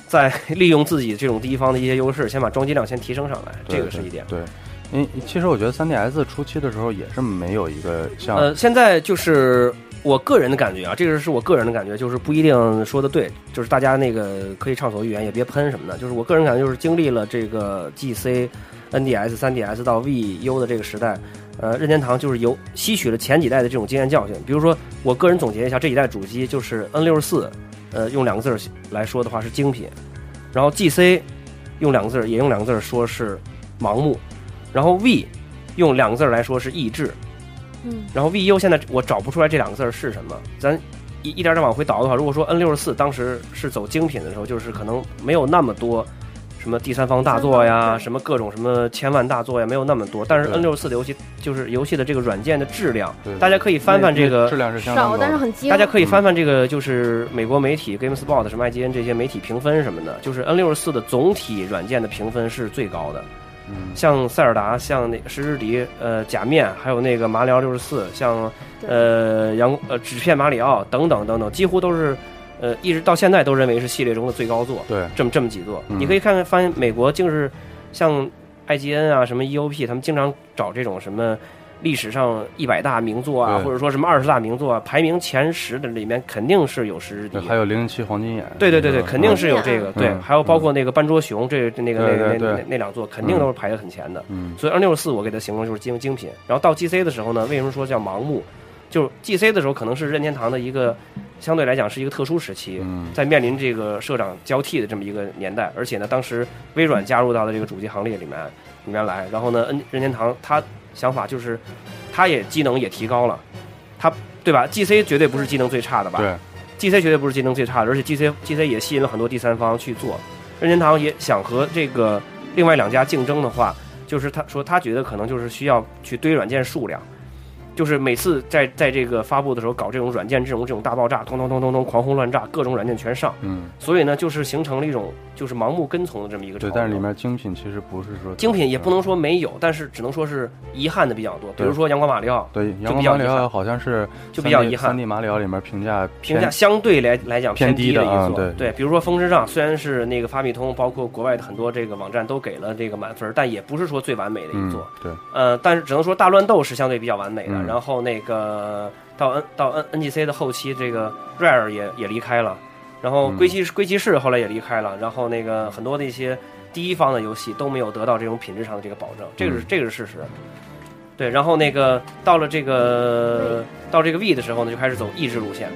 J: 在 利用自己这种第一方的一些优势，先把装机量先提升上来，
F: 对
J: 这个是一点。
F: 对。对因为其实我觉得 3DS 初期的时候也是没有一个像
J: 呃，现在就是我个人的感觉啊，这个是我个人的感觉，就是不一定说的对，就是大家那个可以畅所欲言，也别喷什么的。就是我个人感觉，就是经历了这个 GC、NDS、3DS 到 VU 的这个时代，呃，任天堂就是由吸取了前几代的这种经验教训。比如说，我个人总结一下，这几代主机就是 N 六十四，呃，用两个字儿来说的话是精品，然后 GC 用两个字儿也用两个字儿说是盲目，然后 V 用两个字儿来说是益智。
L: 嗯
J: 然后 VU 现在我找不出来这两个字儿是什么，咱一一点点往回倒的话，如果说 N 六十四当时是走精品的时候，就是可能没有那么多什么第三方大作呀，什么各种什么千万大作呀，没有那么多。但是 N 六十四的游戏就是游戏的这个软件的质量，大家可以翻翻这
F: 那
J: 个
F: 那质量是相当高
L: 少，
F: 的
L: 但是很精。
J: 大家可以翻翻这个，就是美国媒体 GameSpot 什么 IGN 这些媒体评分什么的，就是 N 六十四的总体软件的评分是最高的。
F: 嗯
J: 像塞尔达，像那《石之笛》，呃，假面，还有那个马里奥六十四，像呃阳呃纸片马里奥等等等等，几乎都是呃一直到现在都认为是系列中的最高作。
F: 对
J: 这么这么几座，
F: 嗯
J: 你可以看看，发现美国竟是像 IGN 啊、什么 EOP，他们经常找这种什么历史上一百大名作啊，
F: 对
J: 或者说什么二十大名作啊，排名前十的里面肯定是有十之敌
F: 对。还有零零七黄金眼，
J: 对对对对，肯定是有这个。
F: 嗯
J: 对，还有包括那个斑捉熊，这那个那个
F: 对对
J: 那
F: 对
J: 那那两座肯定都是排得很前的。
F: 嗯
J: 所以 N 六四我给它形容就是精精品。然后到 GC 的时候呢，为什么说叫盲目？就是 GC 的时候可能是任天堂的一个相对来讲是一个特殊时期，
F: 嗯
J: 在面临这个社长交替的这么一个年代，而且呢，当时微软加入到了这个主机行列里面里面来，然后呢，任任天堂他想法就是，他也机能也提高了，他对吧？GC 绝对不是机能最差的吧？
F: 对
J: GC 绝对不是竞争最差的，而且 GC GC 也吸引了很多第三方去做。任天堂也想和这个另外两家竞争的话，就是他说他觉得可能就是需要去堆软件数量，就是每次在在这个发布的时候搞这种软件这种这种大爆炸，通通通通通狂轰乱炸，各种软件全上。
F: 嗯，
J: 所以呢，就是形成了一种就是盲目跟从的这么一个潮
F: 对
J: 流。，
F: 但是里面精品其实不是说
J: 精品也不能说没有，但是只能说是遗憾的比较多。比
F: 对
J: 如说阳光马里奥，
F: 对，
J: 就
F: 阳
J: 比
F: 光
J: 较
F: 马
J: 遗
F: 里
J: 憾
F: 奥，好像是
J: 就比较遗憾
F: 三 D 马里奥里面评价
J: 评价
F: 偏
J: 相对来来讲
F: 偏
J: 低
F: 低的
J: 一
F: 啊
J: 座。
F: 对
J: 比如说《风之杖》，虽然是那个发米通，包括国外的很多这个网站都给了这个满分，但也不是说最完美的一
F: 嗯
J: 座。
F: 对，
J: 呃，但是只能说大乱斗是相对比较完美的。
F: 嗯
J: 然后那个到 N 到 N N G C 的后期，这个 Rare 也也离开了，然后
F: 嗯
J: 归西归西市后来也离开了，然后那个很多的一些第一方的游戏都没有得到这种品质上的这个保证，这个是
F: 嗯
J: 这个是事实。对，然后那个到了这个到这个 V 的时候呢，就开始走益智路线，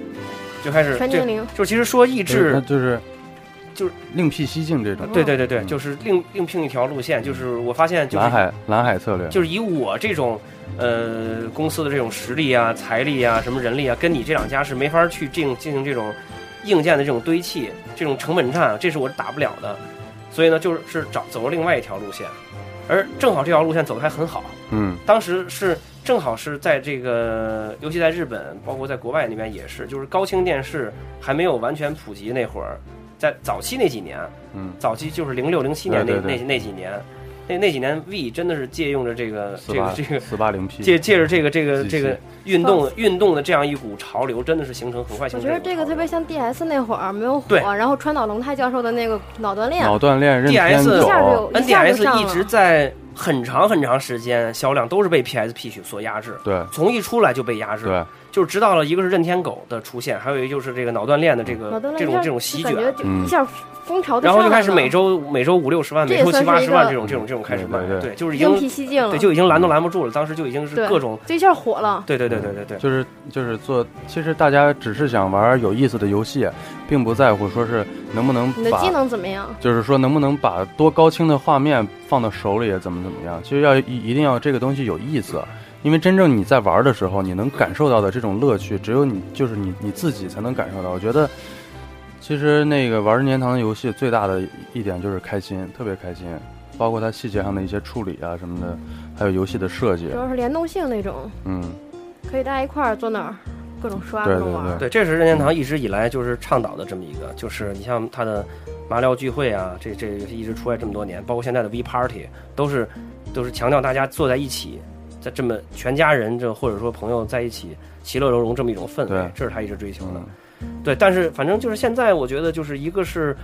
J: 就开始
L: 全
J: 这
L: 精灵
J: 就其实说益
F: 对那
J: 智，
F: 就是
J: 就是
F: 另辟蹊径这种
J: 对对对对，就是另另聘一条路线，就是我发现就是
F: 嗯蓝海蓝海策略，
J: 就是以我这种呃公司的这种实力啊、财力啊、什么人力啊，跟你这两家是没法去进进行这种硬件的这种堆砌、这种成本战，这是我打不了的。所以呢，就是是找走了另外一条路线，而正好这条路线走的还很好。
F: 嗯
J: 当时是正好是在这个，尤其在日本，包括在国外那边也是，就是高清电视还没有完全普及那会儿，在早期那几年，
F: 嗯
J: 早期就是零六零七年那
F: 对对对
J: 那那几年，那那几年 V 真的是借用着这个
F: 四
J: 这个
F: 八
J: 这个
F: 四八零 P
J: 借借着这个这个
F: 机器
J: 这个运动运动的这样一股潮流，真的是形成很快
L: 我
J: 形
L: 觉
J: 成。
L: 得这个特别像 DS 那会儿没有火
J: 对，
L: 然后川岛龙太教授的那个脑锻炼，
F: 脑锻炼任天
J: DS
L: 一下
F: 走，
L: 就一下就上
J: NDS
L: 了
J: 一直在很长很长时间销量都是被 PSP 所压制，
F: 对
J: 从一出来就被压制。
F: 对，
J: 就是知道了一个是任天狗的出现，还有一个就是这个脑锻炼的这
L: 嗯脑
J: 个
L: 锻炼
J: 这种
L: 一下
J: 这种席
L: 就感
J: 卷
L: 觉，
F: 嗯
L: 就一下风潮就
J: 然后就开始
L: 上来了
J: 每周每周五六十万，
L: 这
J: 每
L: 也
J: 周七八
L: 算是一
J: 十
L: 个嗯
J: 万这种这种这种开始卖
F: 对，嗯对对
J: 对，就是已
L: 另辟
J: 经
L: 蹊径了，
J: 对就已经拦都拦不住了，当时就已经是
L: 对
J: 各种
L: 就一下火了。
J: 对对对对对对，
F: 就是就是做，其实大家只是想玩有意思的游戏，并不在乎说是能不能
L: 你的
F: 把
L: 技能怎么样？
F: 就是说能不能把多高清的画面放到手里，怎么怎么样？其实要一一定要这个东西有意思，因为真正你在玩的时候，你能感受到的这种乐趣，只有你就是你你自己才能感受到。我觉得，其实那个玩任天堂的游戏最大的一点就是开心，特别开心，包括它细节上的一些处理啊什么的，还有游戏的设计
L: 主，要是联动性那种，
F: 嗯，
L: 可以大家一块儿坐那儿，各种刷，
F: 对
L: 各种玩
F: 对
L: 儿。
J: 对，这是任天堂一直以来就是倡导的这么一个，就是你像它的马里奥聚会啊，这这一直出来这么多年，包括现在的 V Party，都是都是强调大家坐在一起，在这么全家人这或者说朋友在一起其乐融融这么一种氛围
F: 对，
J: 这是他一直追求的
F: 嗯。
J: 对，但是反正就是现在，我觉得就是一个是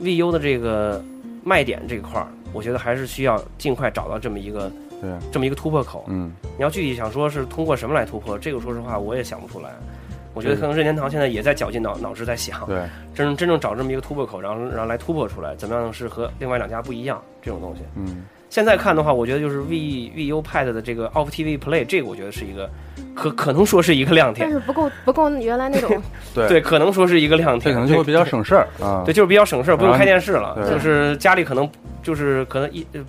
J: VU 的这个卖点这块儿，我觉得还是需要尽快找到这么一个
F: 对，啊
J: 这么一个突破口。
F: 嗯，
J: 你要具体想说是通过什么来突破，这个说实话我也想不出来。我觉得可能任天堂现在也在绞尽脑脑汁在想，
F: 对，
J: 真真正找这么一个突破口，然后然后来突破出来，怎么样是和另外两家不一样这种东西。
F: 嗯，
J: 现在看的话，我觉得就是 V V U Pad 的这个 Off TV Play，这个我觉得是一个可可能说是一个亮
L: 但
J: 点，
L: 是不够不够原来那种，
F: 对，
J: 对，可能说是一个亮
F: 这
J: 点，
F: 可能就会比较省事儿啊，啊
J: 对，就是比较省事儿，不用开电视了
F: 然，后
J: 就是家里可能就是可能一呃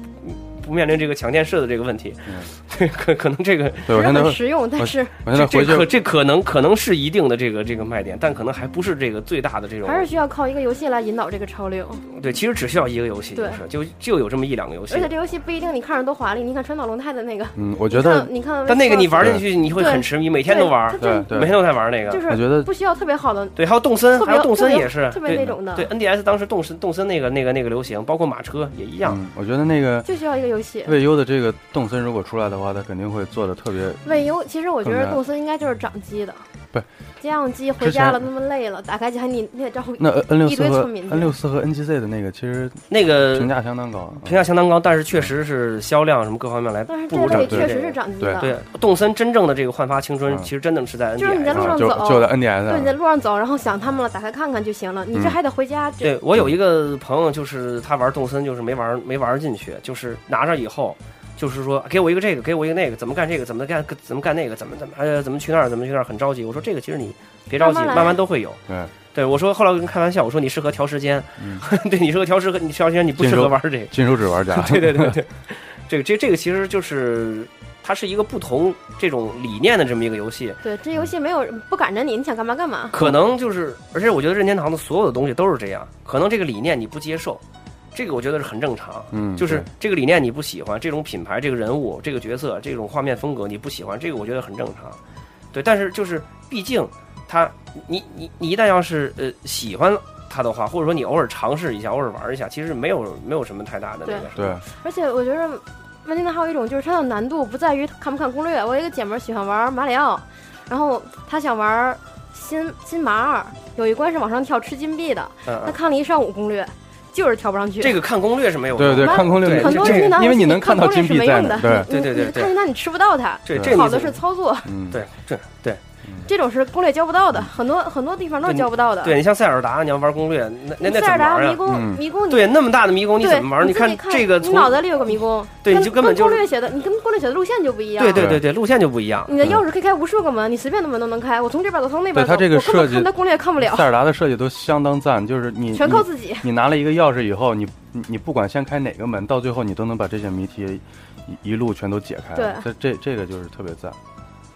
J: 不面临这个强电视的这个问题。
F: 嗯
J: 对，可可能这个
F: 对我现在
L: 很实用但
F: 我
L: 是
F: 我现在
J: 这
F: 哎回
J: 这可
F: 去
J: 这可能可能是一定的这个这个卖点，但可能还不是这个最大的这种。
L: 还是需要靠一个游戏来引导这个潮流。
J: 对，其实只需要一个游戏，就
L: 对
J: 是就就有这么一两个游戏
L: 而。且这游戏不一定你看着多华丽，你看川岛龙太的那个，
F: 嗯，我觉得
L: 你看你看微博，
J: 但那个你玩进去，
L: 对
J: 你会很痴迷，每天都玩，
F: 对对
J: 每天都在玩那个。
L: 就是
F: 我觉得
L: 不需要特别好的，
J: 对，还有动森，
L: 特别
J: 还有动森
L: 特别
J: 也是
L: 特别
J: 对
L: 那种的
J: 对，NDS 当时动森动森那个那个那个流行，包括马车也一样。
F: 嗯，我觉得那个
L: 就需要一个游戏。
F: 魏优的这个动森如果出来的话，他肯定会做的特别
L: 为游，其实我觉
F: 更
L: 得
F: 加
L: 动森应该就是掌机的，
F: 不是
L: 家用机回家了那么累了，打开机还你你得照顾
F: 那 N 六
L: 一
F: 四
L: 堆
F: 和
L: 村民
F: N 六四和 NGZ 的那个，其实
J: 那个
F: 评价相当高，啊
J: 评价相当高，但是确实是销量什么各方面来
L: 但是
J: 不
L: 这
J: 如掌
L: 类
J: 机。
L: 确实是掌机的，
J: 对，动森真正的这个焕发青春，其实真的是在
L: 就是你在
J: NDS
L: 路
J: 上。
L: 上
F: 就
L: 走，
F: 就在 NDS
L: 对，你在
F: 上
L: 路上走，然后想他们了，打开看看就行了。你这
F: 嗯
L: 还得回家，这
J: 对我有一个朋友，就是他玩动森，就是没玩没玩进去，就是拿着以后，就是说给我一个这个，给我一个那个，怎么干这个，怎么干怎么干那个，怎么怎么呃怎么去那儿，怎么去那儿，很着急。我说这个其实你别着急，
L: 慢慢来
J: 慢慢都会有。
F: 对，
J: 对我说后来我跟开玩笑，我说你适合调时间， 对你适合调时你调时间，你不
F: 金
J: 适合
F: 手
J: 玩这个。
F: 金手指 玩家，
J: 对对对 对，这个这这个其实就是它是一个不同这种理念的这么一个游戏，
L: 对这游戏没有不赶着你，你想干嘛干嘛。
J: 可能就是，而且我觉得任天堂的所有的东西都是这样，可能这个理念你不接受，这个我觉得是很正常。
F: 嗯，
J: 就是这个理念你不喜欢，这种品牌、这个人物、这个角色、这种画面风格你不喜欢，这个我觉得很正常。对，但是就是毕竟他，你你你一旦要是呃喜欢他的话，或者说你偶尔尝试一下、偶尔玩一下，其实没有没有什么太大的那个
L: 对
J: 什么。
F: 对
L: 而且我觉得问题呢还有一种就是它的难度不在于看不看攻略。我有一个姐们儿喜欢玩马里奥，然后她想玩新新马二，有一关是往上跳吃金币的，
J: 嗯
L: 她
J: 嗯，
L: 看了一上午攻略，就是跳不上去。
J: 这个看攻略是没有
F: 对对，
L: 玩
F: 看攻略
J: 对
L: 很多
F: 这
L: 任天堂
F: 因为
L: 游
F: 你
L: 戏
F: 能看到
L: 攻略
F: 金
L: 是
F: 币
L: 没
F: 在
L: 用
F: 哪
L: 的
F: 儿，，对，
J: 对对
L: 你
J: 对
L: 你
J: 对
L: 看见它你吃不到它，
J: 这
F: 对
J: 这你
L: 好的
J: 怎
L: 是
J: 么
L: 操作，
F: 嗯，
J: 对对对
L: 这种是攻略教不到的，很多很多地方都是教不到的。
J: 对，你像塞尔达，你要玩攻略，那那那怎
L: 嗯塞
J: 么
L: 尔达
J: 玩
L: 迷
J: 呀？
L: 宫
F: 嗯
L: 迷宫你
J: 对，那么大的迷宫你
L: 对
J: 怎么玩？
L: 你自
J: 看
L: 己
J: 这个
L: 你
J: 从
L: 脑袋里有个迷宫，
J: 对
L: 跟
J: 你就根本
L: 跟
J: 就是
L: 攻略写的，你跟攻略写的路线就不一样。
J: 对对对对，路线就不一样。
L: 你的钥匙可以开无数个门，你随便的门都能开。我从这边走，从那
F: 嗯对
L: 边走，
F: 它这个
L: 我根本
F: 设计
L: 看它攻略看不了
F: 塞，尔达的设计都相当赞，就是你
L: 全靠自己。
F: 你拿了一个钥匙以后，你你你不管先开哪个门，到最后你都能把这些谜题一一路全都解开。
L: 对
F: 这这这个就是特别赞。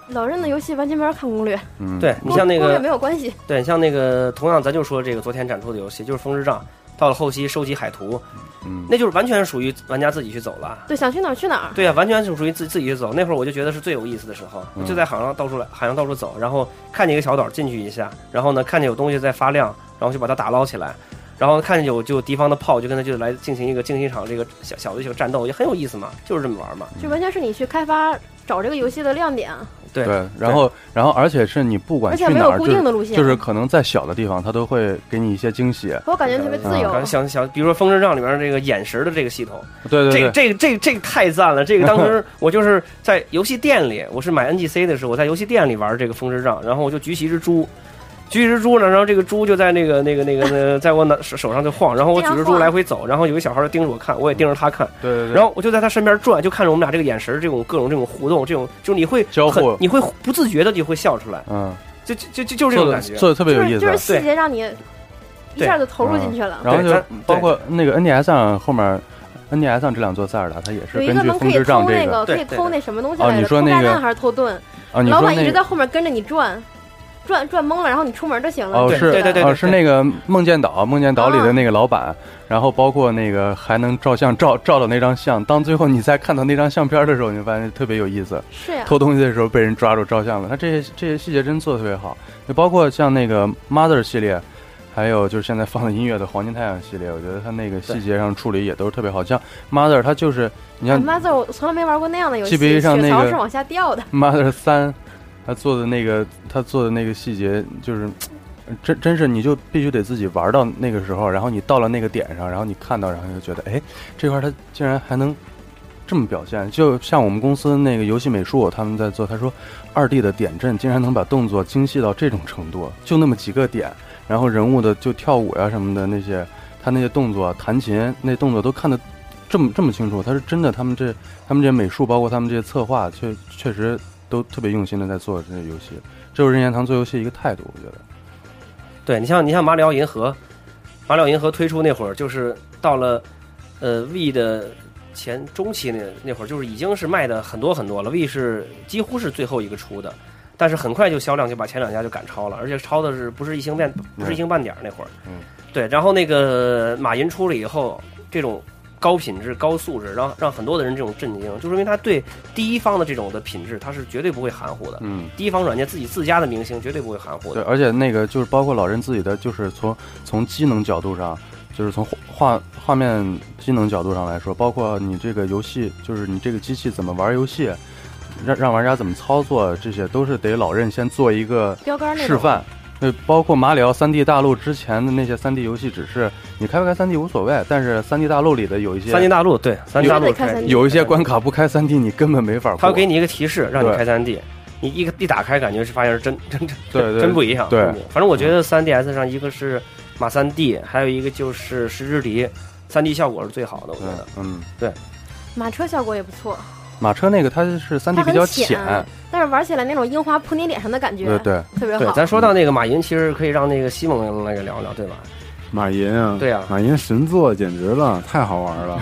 L: 老任的游戏完全没法看攻略，
F: 嗯，
J: 对你
L: 攻
J: 像那
L: 攻略
J: 个
L: 没有关系。
J: 对，像那个，同样咱就说这个昨天展出的游戏，就是《风之杖》，到了后期收集海图，
F: 嗯，
J: 那就是完全属于玩家自己去走了。
L: 对，想去哪儿去哪儿。
J: 对呀、完全就属于自自己去走。那会儿我就觉得是最有意思的时候，我就在海上到处来，海上到处走，然后看见一个小岛进去一下，然后呢看见有东西在发亮，然后就把它打捞起来，然后看见有就敌方的炮，就跟他就来进行一个进行一场这个小小的一个战斗，也很有意思嘛，就是这么玩嘛。
L: 就完全是你去开发找这个游戏的亮点，
J: 对
F: 对，然后然后而且是你不管
L: 而
F: 啊去
L: 且没
F: 哪
L: 有
F: 儿，
L: 固
F: 就
L: 定
F: 是
L: 的路线，
F: 就是可能在小的地方，它都会给你一些惊喜。
L: 我感觉特别自
F: 啊
L: 由。
J: 想想想，比如说《风之杖》里面这个眼神的这个系统，
F: 对
J: 这
F: 对
J: 个
F: 对，
J: 这个这个这个太赞了！这个当 时我就是在游戏店里，我是买 NGC 的时候，我在游戏店里玩这个风之杖，然后我就举起一只猪，举起一只猪呢，然后这个猪就在那个那个那个那个在我脑手手上就晃，然后我举着
L: 这样
J: 猪
L: 晃
J: 来回走，然后有一小孩就盯着我看，我也盯着他看，
F: 对嗯对对，
J: 然后我就在他身边转，就看着我们俩这个眼神，这种各种这种互动，这种就你会
F: 交互
J: 很你会不自觉的就会笑出来，
F: 嗯，
J: 就就就就就是这
F: 做
J: 种感
F: 的
J: 觉。
F: 做的特别有
L: 就
F: 意
L: 是
F: 思啊嗯
L: 就。是细节让你一
J: 对
L: 下就投入进去了。
F: 然后
J: 对
F: 就
J: 咱
F: 包括那个 NDS 上后面，NDS 上这两座塞尔达，它也是
L: 有一
F: 根
L: 个
F: 据
L: 门可
F: 风
L: 以
F: 之
L: 偷
F: 杖
L: 那
F: 这个
L: 个，可以
J: 对对
L: 偷那什么东西
F: 哦
L: 来
F: 你
L: 着？
F: 说
L: 偷
F: 那
L: 炸
F: 个
L: 弹还是偷盾？
F: 啊，你
L: 老
F: 说
L: 板一
F: 那
L: 直
F: 个
L: 在后面跟着你转，转转懵了，然后你出门就行了。
F: 哦
J: 对
F: 是
J: 对对对
F: 哦是那个梦见岛，梦见岛里
L: 啊
F: 的那个老板，然后包括那个还能照相照照到那张相，当最后你再看到那张相片的时候，你就发现特别有意思。
L: 是呀，
F: 偷东西的时候被人抓住照相了，他这些这些细节真做的特别好，就包括像那个 Mother 系列，还有就是现在放的音乐的黄金太阳系列，我觉得他那个细节上处理也都是特别好。像 Mother 他就是你像
L: 妈字儿我从来没玩过那样的游戏，
F: GBA
L: 血
F: 上那
L: 槽
F: 个
L: 是往下掉的。
F: Mother 三，他做的那个他做的那个细节就是。真真是，你就必须得自己玩到那个时候，然后你到了那个点上，然后你看到，然后你就觉得，哎，这块儿他竟然还能这么表现。就像我们公司那个游戏美术，他们在做，他说二 D 的点阵竟然能把动作精细到这种程度，就那么几个点，然后人物的就跳舞呀、什么的那些，他那些动作，弹琴那动作都看得这么这么清楚。他是真的，他们这他们这美术，包括他们这些策划，确确实都特别用心的在做这些游戏。这就是任天堂做游戏一个态度，我觉得。
J: 对你像你像马里奥银河，马里奥银河推出那会儿，就是到了呃 V 的前中期那那会儿，就是已经是卖的很多很多了，V 是几乎是最后一个出的，但是很快就销量就把前两家就赶超了，而且超的是不是一星半不是一星半点儿那会儿，
F: 嗯，
J: 对，然后那个马云出了以后，这种高品质、高素质，让让很多的人这种震惊，就说明他对第一方的这种的品质，他是绝对不会含糊的。
F: 嗯，
J: 第一方软件自己自家的明星绝对不会含糊
F: 对，
J: 的。
F: 而且那个就是包括老任自己的，就是从从机能角度上，就是从画画面机能角度上来说，包括你这个游戏，就是你这个机器怎么玩游戏，让让玩家怎么操作，这些都是得老任先做一个
L: 标杆那种
F: 示范。对，包括马里奥三 D 大陆之前的那些三 D 游戏，只是你开不开三 D 无所谓，但是三 D 大陆里的有一些
J: 三 D 大陆对三 D 大陆
L: 开
J: 开
F: 有一些关卡不开三 D 你根本没法过。
J: 他会给你一个提示，让你
F: 对
J: 开三 D。你一个一打开，感觉是发现是真真真
F: 对对
J: 真不一样。
F: 对
J: 真不一样反正我
K: 嗯
J: 觉得三 DS 上一个是马三 D，还有一个就是石之笛，三 D 效果是最好的，我觉得。
F: 嗯，
J: 对，
L: 马车效果也不错，
F: 马车那个它是三 D
L: 它
F: 比
L: 很
F: 较
L: 浅，但是玩起来那种樱花扑你脸上的感觉，
F: 对对
L: 特别好。
J: 咱说到那个马云，其实可以让那个西蒙来给聊聊，对吧？
K: 马云啊，
J: 对啊
K: 马云神作简直了，太好玩 了。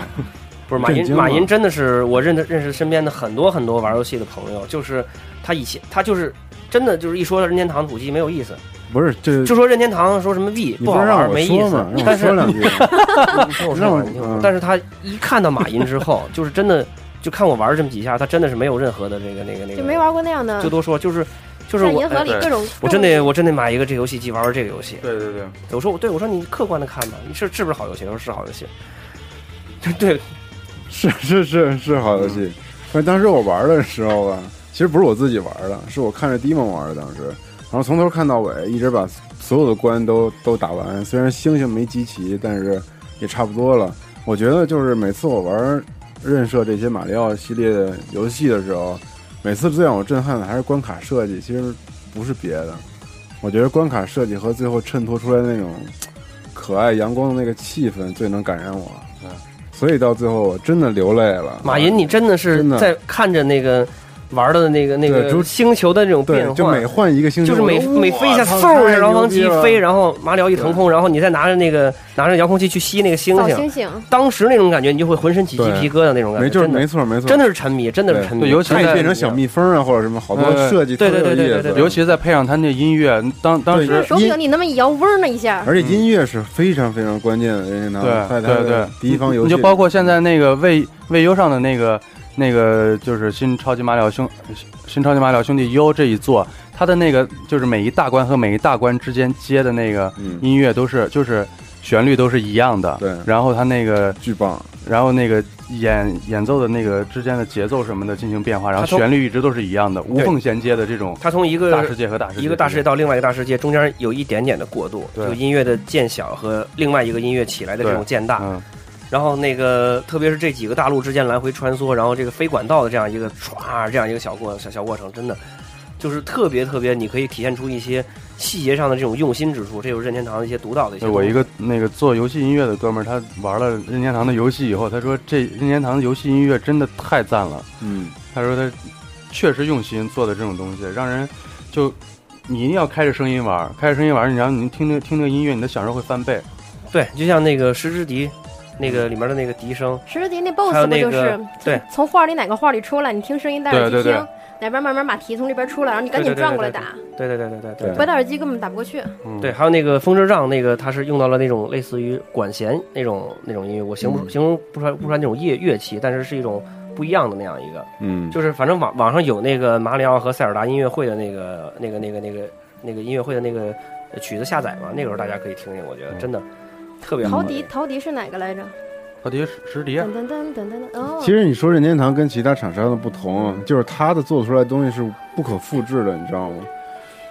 J: 不是马
K: 震
J: 云，
K: 惊了
J: 马云真的是我认得认识身边的很多很多玩游戏的朋友，就是他以前他就是真的就是一说任天堂主机没有意思，
K: 不是这
J: 就说任天堂说什么 V
K: 你
J: 不好
K: 是让
J: 玩
K: 我
J: 没意
K: 说
J: 思
K: 嘛，，让我
J: 但是
K: 说两 句。
J: 你听我说完，你听我说
K: 嗯
J: 但是他一看到马云 之后，就是真的就看我玩这么几下，他真的是没有任何的这个那个那
L: 就
J: 个，
L: 没玩过那样的，
J: 最多说就是就是
L: 在
J: 我
L: 银河里
J: 哎
L: 各种
J: 我真 得我真得买一个这游戏机玩玩这个游戏。
F: 对对对，
J: 我说我对我说你客观的看吧，你是是不是好游戏？他说是好游戏。对对，
K: 是是是是好游戏，但当时我玩的时候吧，其实不是我自己玩的，是我看着 d 梦玩的。当时，然后从头看到尾，一直把所有的关都都打完。虽然星星没集齐，但是也差不多了。我觉得就是每次我玩任设这些马里奥系列的游戏的时候，每次最让我震撼的还是关卡设计，其实不是别的。我觉得关卡设计和最后衬托出来的那种可爱阳光的那个气氛最能感染我。所以到最后我真的流泪了。
J: 嗯马云，你真的是
K: 真的
J: 在看着那个玩的那个那
K: 对就
J: 个星球的这种变
K: 对，
J: 换，
K: 就每换一个星球，
J: 就是每
K: 我都
J: 每飞一下，
K: 哇操
J: 嗖一
K: 太
J: 下，然
K: 牛
J: 后往
K: 逼
J: 起
K: 了
J: 飞，然后马里奥一腾空，然后你再拿着那个拿着遥控器去吸那个星
L: 扫
J: 星
L: 星，星，
J: 当时那种感觉，你就会浑身起鸡皮疙瘩那种感觉，
K: 没就是
J: 真的
K: 没错没错，
J: 真的是沉迷，真的是
K: 对
J: 沉迷，
F: 嗯对尤其
K: 它
J: 太
K: 也
F: 在
K: 变成小蜜蜂啊，或者什么好多
F: 对
K: 设计特
J: 对对
K: 有
J: 对对
K: 意
J: 对
K: 思，
J: 对
F: 尤其再配上他那音乐，当当时
K: 对
L: 手柄你那么一摇，嗡儿那一下，
K: 啊而且音乐是非常非常关键的，任天堂
F: 对
K: 在它
F: 对
K: 的
F: 对
K: 第一方游
F: 你
K: 戏，
F: 就包括现在那个位位优上的那个那个就是新超级马里奥兄新超级马里奥兄弟 U 这一座，它的那个就是每一大关和每一大关之间接的那个
K: 嗯
F: 音乐都是、就是旋律都是一样的，
K: 对
F: 然后它那个
K: 巨棒，
F: 然后那个演演奏的那个之间的节奏什么的进行变化，然后
J: 它从
F: 旋律一直都是一样的，无
J: 对
F: 缝衔接的这种
J: 他从一个
F: 大世界和大世界
J: 一个大世界
F: 之间
J: 到另外一个大世界中间有一点点的过渡，
F: 对
J: 就音乐的渐小和另外一个音乐起来的这种
F: 对
J: 渐大，
F: 嗯
J: 然后那个特别是这几个大陆之间来回穿梭，然后这个非管道的这样一个唰这样一个小过小小过程，真的就是特别特别，你可以体现出一些细节上的这种用心之处，这就是任天堂的一些独到的一些
F: 对
J: 东西。
F: 我一个那个做游戏音乐的哥们儿，他玩了任天堂的游戏以后，他说这任天堂的游戏音乐真的太赞了。
K: 嗯，
F: 他说他确实用心做的这种东西，让人就你一定要开着声音玩儿，开着声音玩儿，你然后你听那听那个音乐，你的享受会翻倍。
J: 对，就像那个石之笛，那个里面的那个笛声，
L: 石之笛那
J: 还有
L: BOSS 不
J: 那
L: 就
J: 个
L: 是
J: 对
L: 从画里哪个画里出来，你听声音戴耳
F: 对
L: 机
F: 对对
L: 听，哪边慢慢马蹄从这边出来，然后你赶
J: 对
L: 紧
J: 对对
L: 转过来
J: 对
L: 打，
J: 对对对对对对
K: 对
L: 不戴耳机根本打不过去。
F: 嗯，
J: 对，还有那个风车杖，那个它是用到了那种类似于管弦那种那种音乐，我形不形容不出来不出来那种乐乐器，但是是一种不一样的那样一个，
K: 嗯，
J: 就是反正网网上有那个马里奥和塞尔达音乐会的那个那个那个那个那个音乐会的那个曲子下载嘛，那个时候大家可以听听，我觉得真的特别好
L: 陶。笛，陶笛是哪个来着？
F: 陶笛石石笛
L: 噔，噔噔噔噔噔。哦，
K: 其实你说任天堂跟其他厂商的不同，就是它的做出来的东西是不可复制的，你知道吗？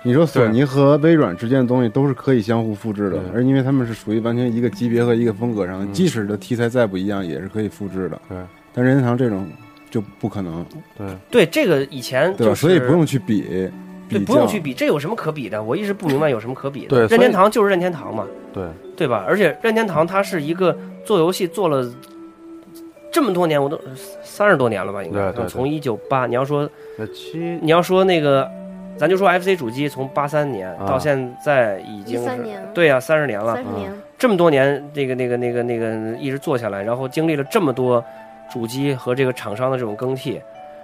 K: 你说索尼和微软之间的东西都是可以相互复制的，
F: 对
K: 而因为他们是属于完全一个级别和一个风格上，
F: 嗯
K: 即使的题材再不一样，也是可以复制的。
F: 对，
K: 但任天堂这种就不可能，
F: 对，
J: 对这个以前
K: 对
J: 就
K: 吧？
J: 是
K: 所以不用去比，比
J: 对不用
K: 较
J: 去比，这有什么可比的？我一直不明白有什么可比的。
F: 对所
J: 任
F: 以
J: 天堂就是任天堂嘛。
F: 对，
J: 对吧？而且任天堂它是一个做游戏做了这么多年，我都三十多年了吧，应该
F: 对对对
J: 从一九八，你要说
F: 那七
J: 你要说那个，咱就说 FC 主机从八三年
F: 啊
J: 到现在已经是、
L: 13年
J: 对呀、啊，三十年了
L: 三，十年，
J: 这么多年，那个那个那个那个一直做下来，然后经历了这么多主机和这个厂商的这种更替。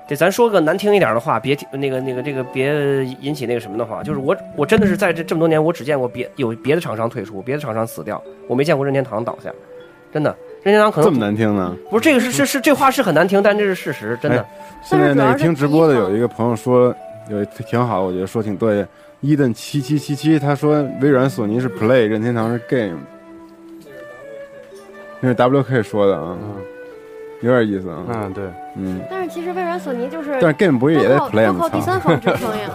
J: 对，咱说个难听一点的话，别提那个那个这个别
K: 嗯
J: 引起那个什么的话，就是我我真的是在这这么多年，我只见过别有别的厂商退出，别的厂商死掉，我没见过任天堂倒下，真的。任天堂可能
K: 这么难听呢？
J: 不是这个是是是这话是很难听，但这是事实，真的。
K: 哎现在那个听直播的有一个朋友说，有挺好，我觉得说挺对。伊顿七七七七，他说微软、索尼是 Play，任天堂是 Game。那是 WK 说的啊，有点意思啊。
F: 嗯，对，
K: 嗯。
L: 但是其实微软、索尼就是都靠，
K: 但是 Game 不是也在 Play
L: 都
K: 吗
L: 靠第三方支撑呀，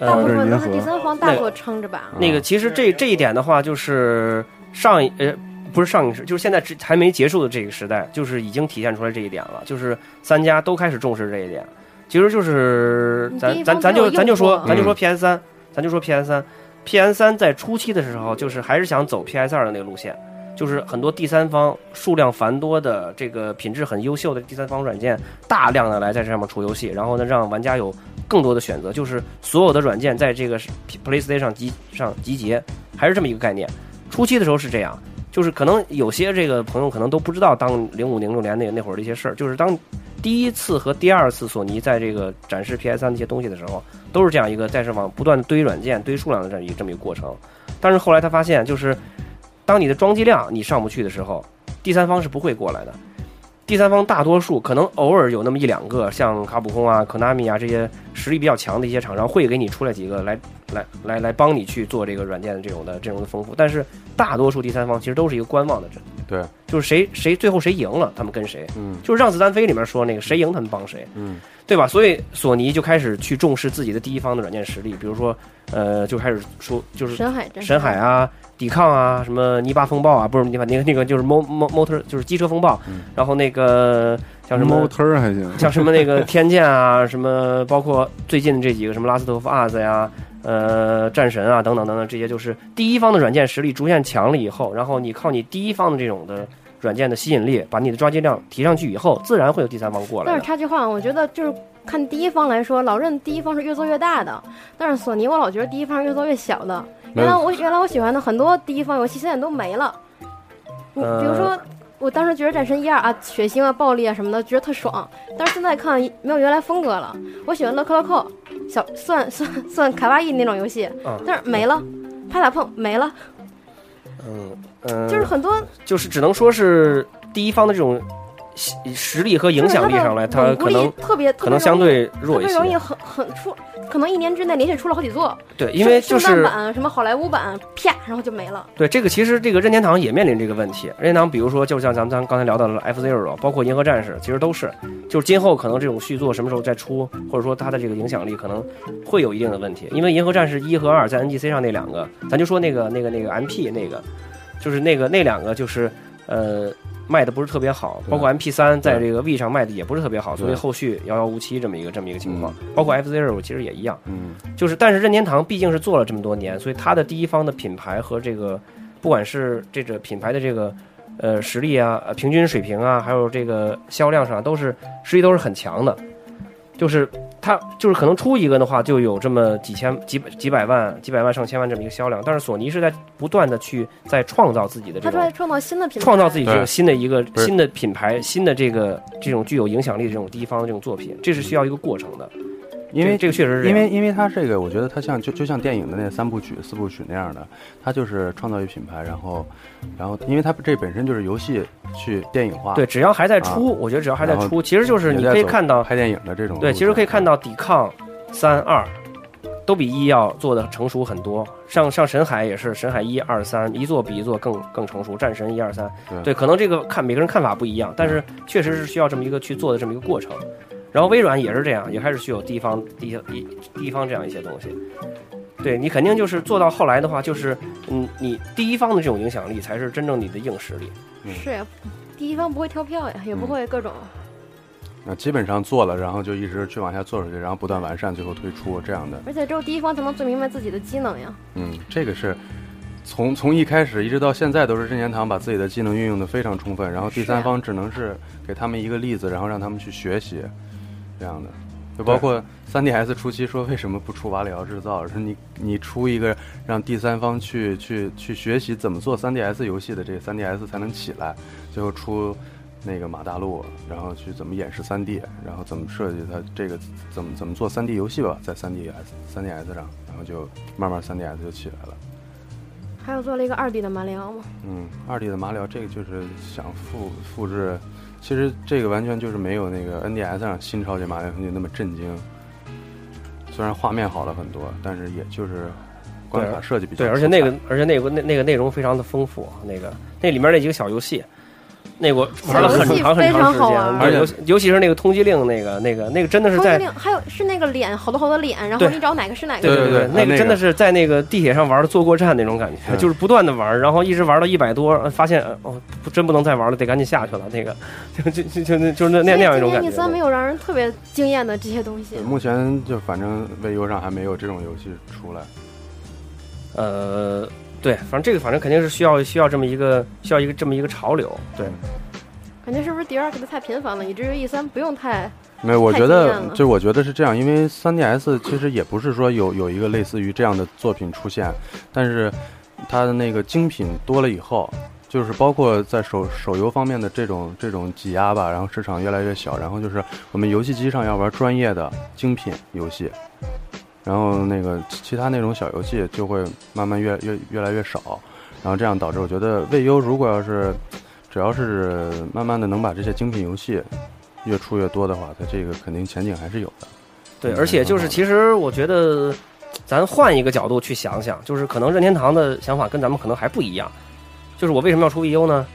K: 哎
L: 大部分都是第三方大作撑着吧。
J: 呃那个其实这这一点的话，就是上一呃不是上一世，就是现在只还没结束的这个时代，就是已经体现出来这一点了，就是三家都开始重视这一点。其实就是
L: 你第
J: 咱
L: 一
J: 咱
L: 方
J: 咱
L: 没有
J: 就咱就说
L: 用过
J: 咱就说 PS 三，咱就说 PS 三，PS 三在初期的时候，就是还是想走 PS 二的那个路线，就是很多第三方数量繁多的这个品质很优秀的第三方软件，大量的来在这上面出游戏，然后呢让玩家有更多的选择，就是所有的软件在这个 PlayStation 上集上集结，还是这么一个概念。初期的时候是这样，就是可能有些这个朋友可能都不知道，当零五零六年那那会儿的一些事儿，就是当第一次和第二次索尼在这个展示 PS 三的一些东西的时候，都是这样一个在这往不断的堆软件、堆数量的这样一个这么一个过程。但是后来他发现，就是当你的装机量你上不去的时候，第三方是不会过来的。第三方大多数可能偶尔有那么一两个，像卡普空啊、Konami 啊这些实力比较强的一些厂商，会给你出来几个来来来来帮你去做这个软件的这种的这种的丰富。但是大多数第三方其实都是一个观望的这
F: 对，
J: 就是谁谁最后谁赢了，他们跟谁，
F: 嗯
J: 就是《让子弹飞》里面说那个谁赢他们帮谁，
F: 嗯，
J: 对吧？所以索尼就开始去重视自己的第一方的软件实力，比如说，呃，就开始说就是
L: 神海战士
J: 神海啊、抵抗啊、什么泥巴风暴啊，不是泥巴那个那个就是 mo mo motor 就是机车风暴，然后那个像什么
K: Motor 还行，
J: 像什么那个天剑啊，什么包括最近这几个什么拉斯特夫 us 呀，呃，战神啊等等等等，这些就是第一方的软件实力逐渐强了以后，然后你靠你第一方的这种的软件的吸引力，把你的抓机量提上去以后，自然会有第三方过来
L: 但
J: 的
L: 是。插句话，我觉得就是看第一方来说，老任第一方是越做越大的，但是索尼我老觉得第一方是越做越小的。
J: 没
L: 原
J: 有
L: 来我原来我喜欢的很多第一方游戏现在都没了，我
J: 呃
L: 比如说。我当时觉得《战神一二》啊，血腥啊、暴力啊什么的，觉得特爽。但是现在看没有原来风格了。我喜欢乐克乐克，小算算算卡哇伊那种游戏，
J: 嗯
L: 但是没了，拍打碰没了，
J: 嗯嗯，
L: 就是很多
J: 就是只能说是第一方的这种吸实力和影响力上来，
L: 就是它的
J: 它可能
L: 稳固力特别
J: 可能相对
L: 特
J: 弱一
L: 别
J: 些。
L: 容易很很出，可能一年之内连续出了好几座。
J: 对因为就是
L: 圣诞版什么好莱坞版，啪，然后就没了。
J: 对，这个其实这个任天堂也面临这个问题。任天堂比如说，就像咱们咱刚才聊到的 F Zero，包括银河战士，其实都是，就是今后可能这种续作什么时候再出，或者说它的这个影响力可能会有一定的问题。因为银河战士一和二在 NGC 上那两个，咱就说那个那个那个 MP 那个，就是那个那两个就是呃卖的不是特别好，包括 MP 三在这个 V 上卖的也不是特别好，所以
F: 对
J: 后续遥遥无期这么一个这么一个情况。包括 F Zero 其实也一样，
F: 嗯，
J: 就是，但是任天堂毕竟是做了这么多年，所以它的第一方的品牌和这个，不管是这个品牌的这个呃实力啊、呃平均水平啊，还有这个销量上啊，都是实力都是很强的。就是它就是可能出一个的话，就有这么几千、几百、几百万、几百万上千万这么一个销量。但是索尼是在不断的去在创造自己的这
L: 他出来
J: 种，
L: 创造新的品牌，
J: 创造自己这个
F: 对
J: 新的一个
F: 不是
J: 新的品牌、新的这个这种具有影响力的这种第一方的这种作品，这是需要一个过程的。
F: 因
J: 这
F: 为
J: 这个确实是这
F: 因
J: 样
F: 为因为它这个，我觉得它像就就像电影的那三部曲、四部曲那样的，它就是创造一品牌，然后然后因为它这本身就是游戏去电影化，
J: 对，只要还在
F: 啊
J: 出，我觉得只要还在
F: 然后
J: 出，其实就是你
F: 也在
J: 可以
F: 走
J: 看到
F: 拍电影的这种
J: 对，
F: 路啊
J: 其实可以
F: 线
J: 看到抵抗三二都比一要做的成熟很多。上上神海也是，神海一二三一座比一座更更成熟，战神一二三，
F: 对
J: 对，可能这个看每个人看法不一样，但是确实是需要这么一个去做的这么一个过程。然后微软也是这样，也开始具有地方地地地方这样一些东西。对你肯定就是做到后来的话，就是嗯，你第一方的这种影响力才是真正你的硬实力。
L: 是呀，第一方不会跳票呀，也
J: 嗯
L: 不会各种。
F: 那基本上做了，然后就一直去往下做出去，然后不断完善，最后推出这样的。
L: 而且只有第一方才能最明白自己的机能呀。
F: 嗯，这个是从从一开始一直到现在都是任天堂把自己的技能运用的非常充分，然后第三方只能是给他们一个例子，然后让他们去学习这样的。就包括 3DS 初期说为什么不出瓦里奥制造，说你你出一个让第三方去去去学习怎么做 3DS 游戏的这个 3DS 才能起来，最后出那个马大陆，然后去怎么演示 3D，然后怎么设计它这个怎么怎么做 3D 游戏吧，在 3DS、3DS 上，然后就慢慢 3DS 就起来了。
L: 还有做了一个二 D 的马里奥嘛，
F: 嗯，二 D 的马里奥这个就是想复复制，其实这个完全就是没有那个 NDS 上新超级马里奥兄弟那么震惊。虽然画面好了很多，但是也就是关卡设计比较
J: 对，而且那个而且那个那那个内容非常的丰富，那个那里面那几个小游戏，那个玩了很长很长时
L: 小游戏非常好
J: 间，
L: 玩
J: 对尤其尤其是那个通缉令那个那个那个真的是
L: 超级
J: 在
L: 令还有是那个脸，好多好多脸，然后
J: 对
L: 你找哪个是哪个。
J: 对对，那
F: 那个
J: 个真的是在那个地铁上玩的坐过站那种感觉，
F: 嗯
J: 就是不断的玩，然后一直玩到一百多，呃发现呃哦不真不能再玩了，得赶紧下去了。那个就就就就就是那那那样一种
L: 所以今
J: 感
L: 天
J: 觉嗯
L: 第。三没有让人特别惊艳的这些东西。
F: 目前就反正 VU 上还没有这种游戏出来。
J: 呃，对，反正这个反正肯定是需要需要这么一个需要一个这么一个潮流，对。
L: 感觉是不是迪二给的太频繁了，以至于 E 三不用太
F: 没有，我
L: 太
F: 觉
L: 惊
F: 得
L: 艳了
F: 就是我觉得是这样，因为 3DS 其实也不是说有有一个类似于这样的作品出现，但是它的那个精品多了以后，就是包括在手手游方面的这种这种挤压吧，然后市场越来越小，然后就是我们游戏机上要玩专业的精品游戏，然后那个其其他那种小游戏就会慢慢越越越来越少，然后这样导致我觉得未优如果要是只要是慢慢的能把这些精品游戏越出越多的话，它这个肯定前景还是有的。
J: 对，而且就是其实我觉得，咱换一个角度去想想，就是可能任天堂的想法跟咱们可能还不一样。就是我为什么要出 VU 呢？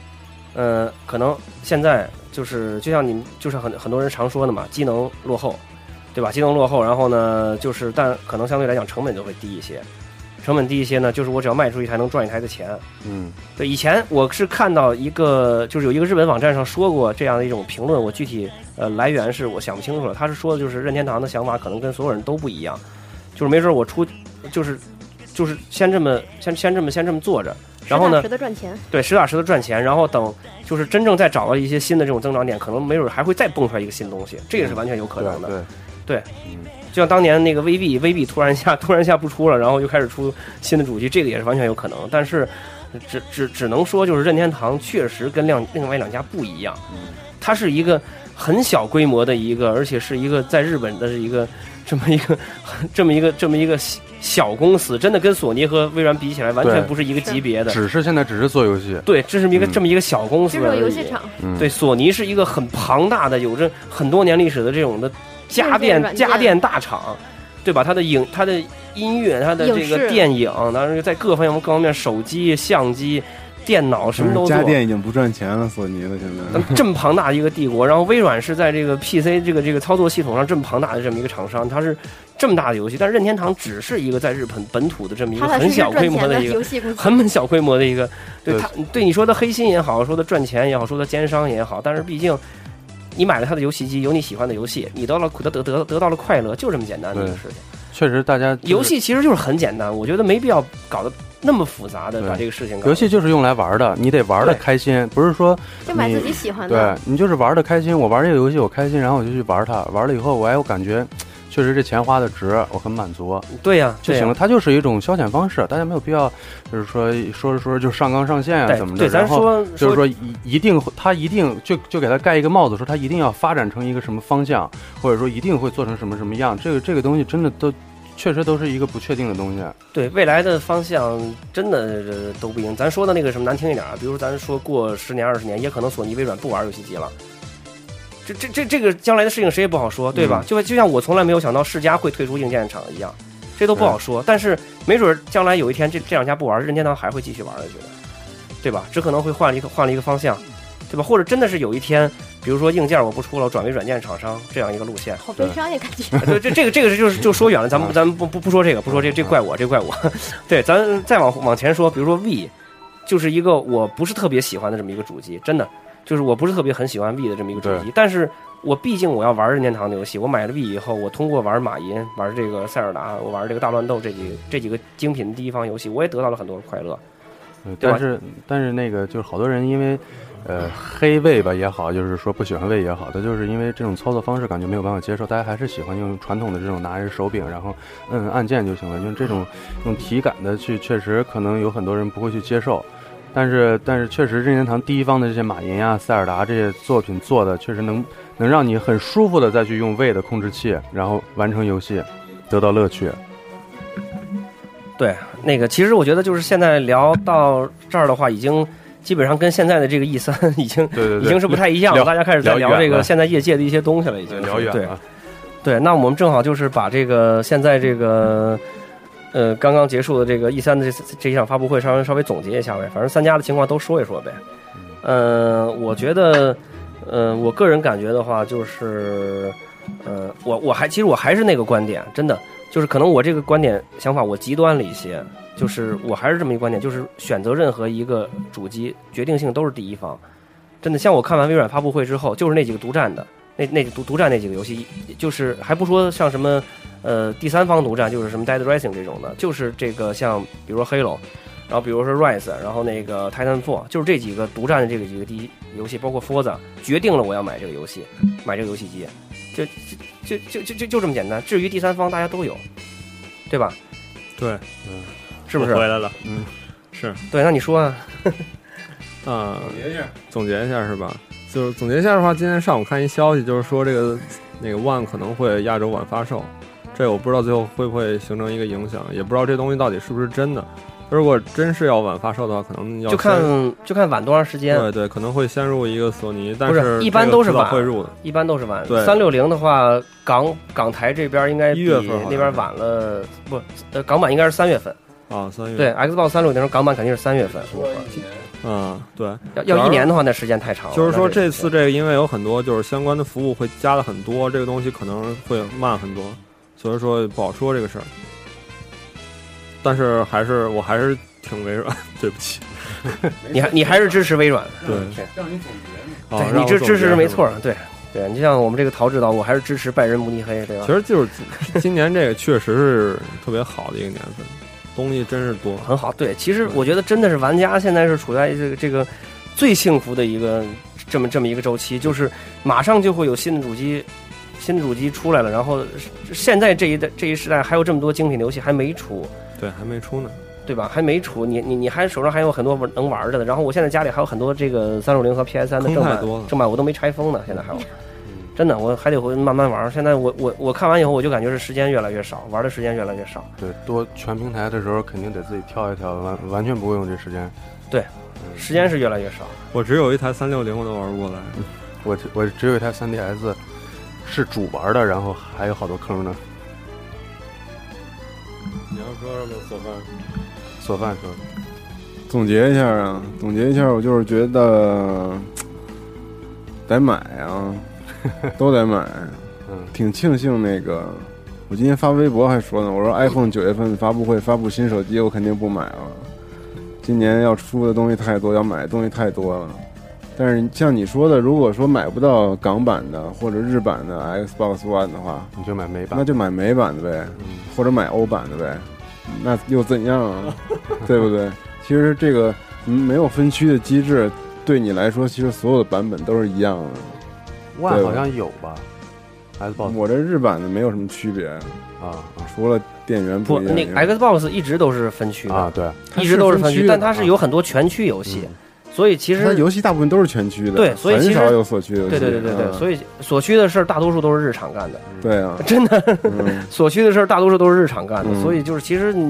J: 呃，可能现在就是就像你们就是很很多人常说的嘛，机能落后，对吧？机能落后，然后呢，就是但可能相对来讲成本就会低一些，成本低一些呢，就是我只要卖出一台能赚一台的钱，
F: 嗯，
J: 对，以前我是看到一个，就是有一个日本网站上说过这样的一种评论，我具体呃来源是我想不清楚了。他是说的就是任天堂的想法可能跟所有人都不一样，就是没准我出，就是就是先这么先先这么先这么坐着，然后
L: 实打
J: 呢
L: 实，的赚钱。
J: 对，实打实的赚钱，然后等就是真正再找到一些新的这种增长点，可能没准还会再蹦出来一个新东西，这也是完全有可能的。
F: 嗯对，
J: 对，就像当年那个 VB，VB 突然一下突然一下不出了，然后又开始出新的主机，这个也是完全有可能。但是只只只能说，就是任天堂确实跟两另外两家不一样，
F: 嗯
J: 它是一个很小规模的一个，而且是一个在日本的一个这么一个这么一个这么一个小小公司，真的跟索尼和微软比起来，完全
F: 对
J: 不是一个级别的。
F: 只是嗯现在只是做游戏。
J: 对，这是一个、这么一个小公司
L: 这种
J: 而
L: 游
J: 已
L: 戏厂
F: 嗯
J: 对，索尼是一个很庞大的、有着很多年历史的这种的家
L: 硬件
J: 电
L: 软
J: 家
L: 件
J: 电大厂，对吧？它的影、它的音乐、它的这
L: 影视
J: 个电影，当然在各方面、各方面，手机、相机、电脑什么都
K: 嗯
J: 做
K: 家。电已经不赚钱了，索尼了现在。
J: 这么庞大的一个帝国，然后微软是在这个 PC 这个这个操作系统上这么庞大的这么一个厂商，它是这么大的游戏，但任天堂只是一个在日本本土的这么一个
L: 踏踏
J: 很
L: 实实
J: 小规
L: 赚
J: 模
L: 钱的
J: 一个
L: 游戏公司，
J: 很小规模的一个，对
F: 对
J: 他对你说的黑心也好，说的赚钱也好，说的奸商也好，但是毕竟你买了他的游戏机，有你喜欢的游戏，你得到了得得得得到了快乐，就这么简单的一个
F: 对
J: 事情。
F: 确实大家就是
J: 游戏其实就是很简单，我觉得没必要搞得那么复杂的
F: 对
J: 把这个事情搞。
F: 游戏就是用来玩的，你得玩的
J: 对
F: 开心，不是说
L: 就买
F: 你
L: 自己喜欢
F: 对
L: 的。
F: 你就是玩的开心。我玩这个游戏我开心，然后我就去玩它，玩了以后我哎我感觉确实这钱花的值，我很满足。
J: 对呀、
F: 就
J: 对呀
F: 行了，它就是一种消遣方式，大家没有必要，就是说说着说着就上纲上线啊，
J: 对
F: 怎么着？
J: 对，咱
F: 然后
J: 说
F: 就是说一一定会，他一定就就给他盖一个帽子，说他一定要发展成一个什么方向，或者说一定会做成什么什么样。这个这个东西真的都确实都是一个不确定的东西。
J: 对未来的方向真的呃都不一样。咱说的那个什么难听一点啊，比如咱说过十年二十年，也可能索尼、微软不玩游戏机了。这这这这个将来的事情谁也不好说，对吧？就就像我从来没有想到世嘉会退出硬件厂一样，这都不好说。但是没准儿将来有一天这这两家不玩，任天堂还会继续玩下去的，对吧？只可能会换了一个换了一个方向，对吧？或者真的是有一天，比如说硬件我不出了，我转为软件厂商这样一个路线，
L: 好悲伤呀，感觉。
F: 嗯
J: 对，这这个这个是就是就说远了，咱们咱们不不不说这个，不说这个这怪我，这怪我。 对，咱再往往前说，比如说 V，就是一个我不是特别喜欢的这么一个主机，真的就是我不是特别很喜欢 V 的这么一个主机，但是我毕竟我要玩任天堂的游戏，我买了 V 以后，我通过玩马银、玩这个塞尔达、我玩这个大乱斗这几这几个精品第一方游戏，我也得到了很多快乐。
F: 呃
J: 对吧
F: 但是但是那个就是好多人因为呃黑胃吧也好，就是说不喜欢胃也好，他就是因为这种操作方式感觉没有办法接受，大家还是喜欢用传统的这种拿着手柄然后摁按键就行了，用这种用体感的去确实可能有很多人不会去接受。但是但是确实任天堂第一方的这些马银啊、塞尔达这些作品做的确实能能让你很舒服的再去用胃的控制器，然后完成游戏，得到乐趣。
J: 对，那个其实我觉得就是现在聊到这儿的话，已经基本上跟现在的这个 E 三 已经
F: 对对对
J: 已经是不太一样了，
F: 聊
J: 大家开始在
F: 聊
J: 聊这
F: 远
J: 个
F: 了
J: 现在业界的一些东西了，已经是
F: 聊远
J: 对
F: 了。
J: 对，那我们正好就是把这个现在这个呃刚刚结束的这个 E 三的这这一场发布会稍微稍微总结一下呗，反正三家的情况都说一说呗。
F: 嗯
J: 呃，我觉得，呃，我个人感觉的话，就是，呃，我我还其实我还是那个观点，真的就是可能我这个观点想法我极端了一些，就是我还是这么一个观点，就是选择任何一个主机，决定性都是第一方。真的，像我看完微软发布会之后，就是那几个独占的，那那独独占那几个游戏，就是还不说像什么呃第三方独占，就是什么 Dead Rising 这种的，就是这个像比如说 Halo，然后比如说 Rise，然后那个 Titanfall，就是这几个独占的这个几个第一游戏，包括 Forza，决定了我要买这个游戏，买这个游戏机，就就就就就就这么简单。至于第三方，大家都有，对吧？
H: 对，
F: 嗯，
J: 是不是
H: 我回来了？
J: 嗯，
H: 是。
J: 对，那你说啊？
H: 啊，总结一下，总结一下是吧？就是总结一下的话，今天上午看一消息，就是说这个那个 One 可能会亚洲晚发售，这我不知道最后会不会形成一个影响，也不知道这东西到底是不是真的。如果真是要晚发售的话，可能要
J: 就看就看晚多长时间。
H: 对对，可能会先入一个索尼，但
J: 不
H: 是
J: 一般都是
H: 这个
J: 晚
H: 迟早会入的。
J: 一般都是晚。
H: 对
J: 三六零的话，港港台这边应该
H: 一
J: 比
H: 月份好像
J: 那边晚了，不，呃，港版应该是三月份。
H: 啊，三月
J: 对，Xbox 三六零港版肯定是三月份。
H: 嗯，对，
J: 要要一年的话，那时间太长了。
H: 就是说
J: 那这
H: 这次这个因为有很多就是相关的服务会加了很多，这个东西可能会慢很多，所以说不好说这个事儿。但是还是我还是挺微软， 对不起。
J: 你还你还是支持微软的？
H: 对
J: 让你
H: 哦
J: 总
H: 让
J: 对，
H: 我
J: 你支
H: 总
J: 支持
H: 结
J: 是没
H: 是吧
J: 错儿，对对。你就像我们这个陶指导，我还是支持拜仁慕尼黑，对吧？
H: 其实就是今今年这个确实是特别好的一个年份，东西真是多，
J: 很好。对，其实我觉得真的是玩家现在是处在这个这个最幸福的一个这么这么一个周期，就是马上就会有新的主机，新的主机出来了，然后现在这一代这一时代还有这么多精品游戏还没出，
H: 对，还没出呢。
J: 对吧？还没出，你你你还手上还有很多玩能玩着的，然后我现在家里还有很多这个三六零和 PS 三的
H: 坑
J: 正版
H: 太多了
J: 正版我都没拆封呢，现在还有。真的，我还得回去慢慢玩。现在我我我看完以后，我就感觉是时间越来越少，玩的时间越来越少。
F: 对，多全平台的时候肯定得自己跳一跳，完完全不会用这时间。
J: 对，时间是越来越少。
H: 我只有一台三六零，我都玩不过来。
F: 我只我只有一台 3DS，是主玩的，然后还有好多坑呢。
H: 你要说什么索饭？
F: 做饭说的，
K: 总结一下啊，总结一下，我就是觉得得买啊，都得买。
F: 嗯，
K: 挺庆幸那个，我今天发微博还说呢，我说 iPhone 九月份发布会发布新手机，我肯定不买了。今年要出的东西太多，要买的东西太多了。但是像你说的，如果说买不到港版的或者日版的 Xbox One 的话，
F: 你就买美版，
K: 那就买美版的呗，
J: 嗯
K: 或者买欧版的呗，那又怎样 啊？对不对？其实这个嗯没有分区的机制，对你来说，其实所有的版本都是一样的。
F: 万
K: 对
F: 好像有吧？
J: 哦
K: 我这日版的没有什么区别
F: 啊，
K: 除了电源
J: 不，
K: 一样。
J: 那个 Xbox 一直都是分区的
K: 啊
F: 嗯对
J: 一直都是分
K: 它是分区
J: 区，
K: 的啊嗯
J: 但它是有很多全区游戏，所以其
K: 它
J: 实
K: 游戏大部分都是全区的，
J: 对，所以其
K: 很
J: 实
K: 少有所区的游戏。
J: 对对对对对，
K: 嗯
J: 所以所需的事儿大多数都是日常干的，
K: 对啊，
J: 真的，
K: 嗯
J: 所需的事儿大多数都是日常干的，
K: 嗯
J: 所以就是其实你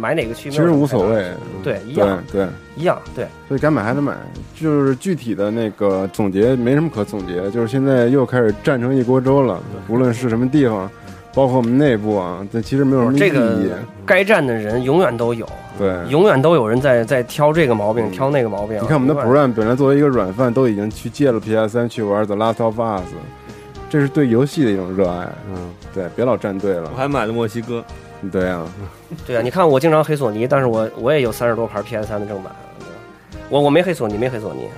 J: 买哪个区
K: 其
J: 没
K: 实
J: 有什么
K: 无所
J: 太大
K: 谓
J: 的区别， 对，一
K: 对
J: 样
K: 对，
J: 一样，对，
K: 所以该买还得买。就是具体的那个总结没什么可总结，就是现在又开始战成一锅粥了，无论是什么地方，包括我们内部啊，这其实没有什么意义。
J: 哦这个该站的人永远都有，
K: 对，
J: 永远都有人在在挑这个毛病，挑那个毛病。
K: 嗯你看我们的
J: 永远
K: Bran 本来作为一个软饭，都已经去借了 PS 三去玩 The Last of Us，这是对游戏的一种热爱。
F: 嗯，
K: 对，别老站队了
H: 我。还买了墨西哥，
K: 对啊，
J: 对啊，你看我经常黑索尼，但是我我也有三十多盘 PS 三的正版，我我没黑索尼，没黑索尼。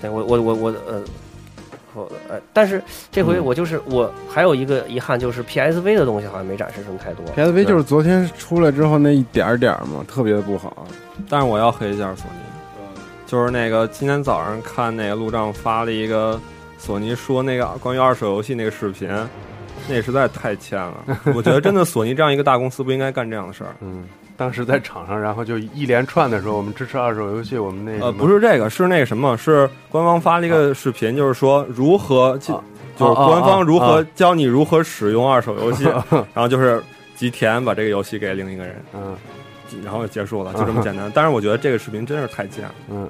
J: 对我我我我呃，我呃，但是这回
K: 嗯
J: 我就是、我还有一个遗憾，就是 PSV 的东西好像没展示什么太多。
K: PSV 就是昨天出来之后那一点儿点儿嘛，特别的不好。
H: 但是我要黑一下索尼，就是那个今天早上看那个路障发了一个索尼说那个关于二手游戏那个视频， 那实在太欠了。我觉得真的索尼这样一个大公司不应该干这样的事儿。
F: 嗯，当时在场上，然后就一连串的说我们支持二手游戏，我们那
H: 呃，
F: 什么
H: 不 是这个，是那个什么，是官方发了一个视频，就是说如何去，就是官方如
F: 啊啊
H: 何
F: 啊
H: 教你如何使用二手游戏，
F: 啊
H: 然后就是吉田把这个游戏给另一个人，
F: 嗯，
H: 然后就结束了，就这么简 单。但是我觉得这个视频真是太贱了，
F: 嗯，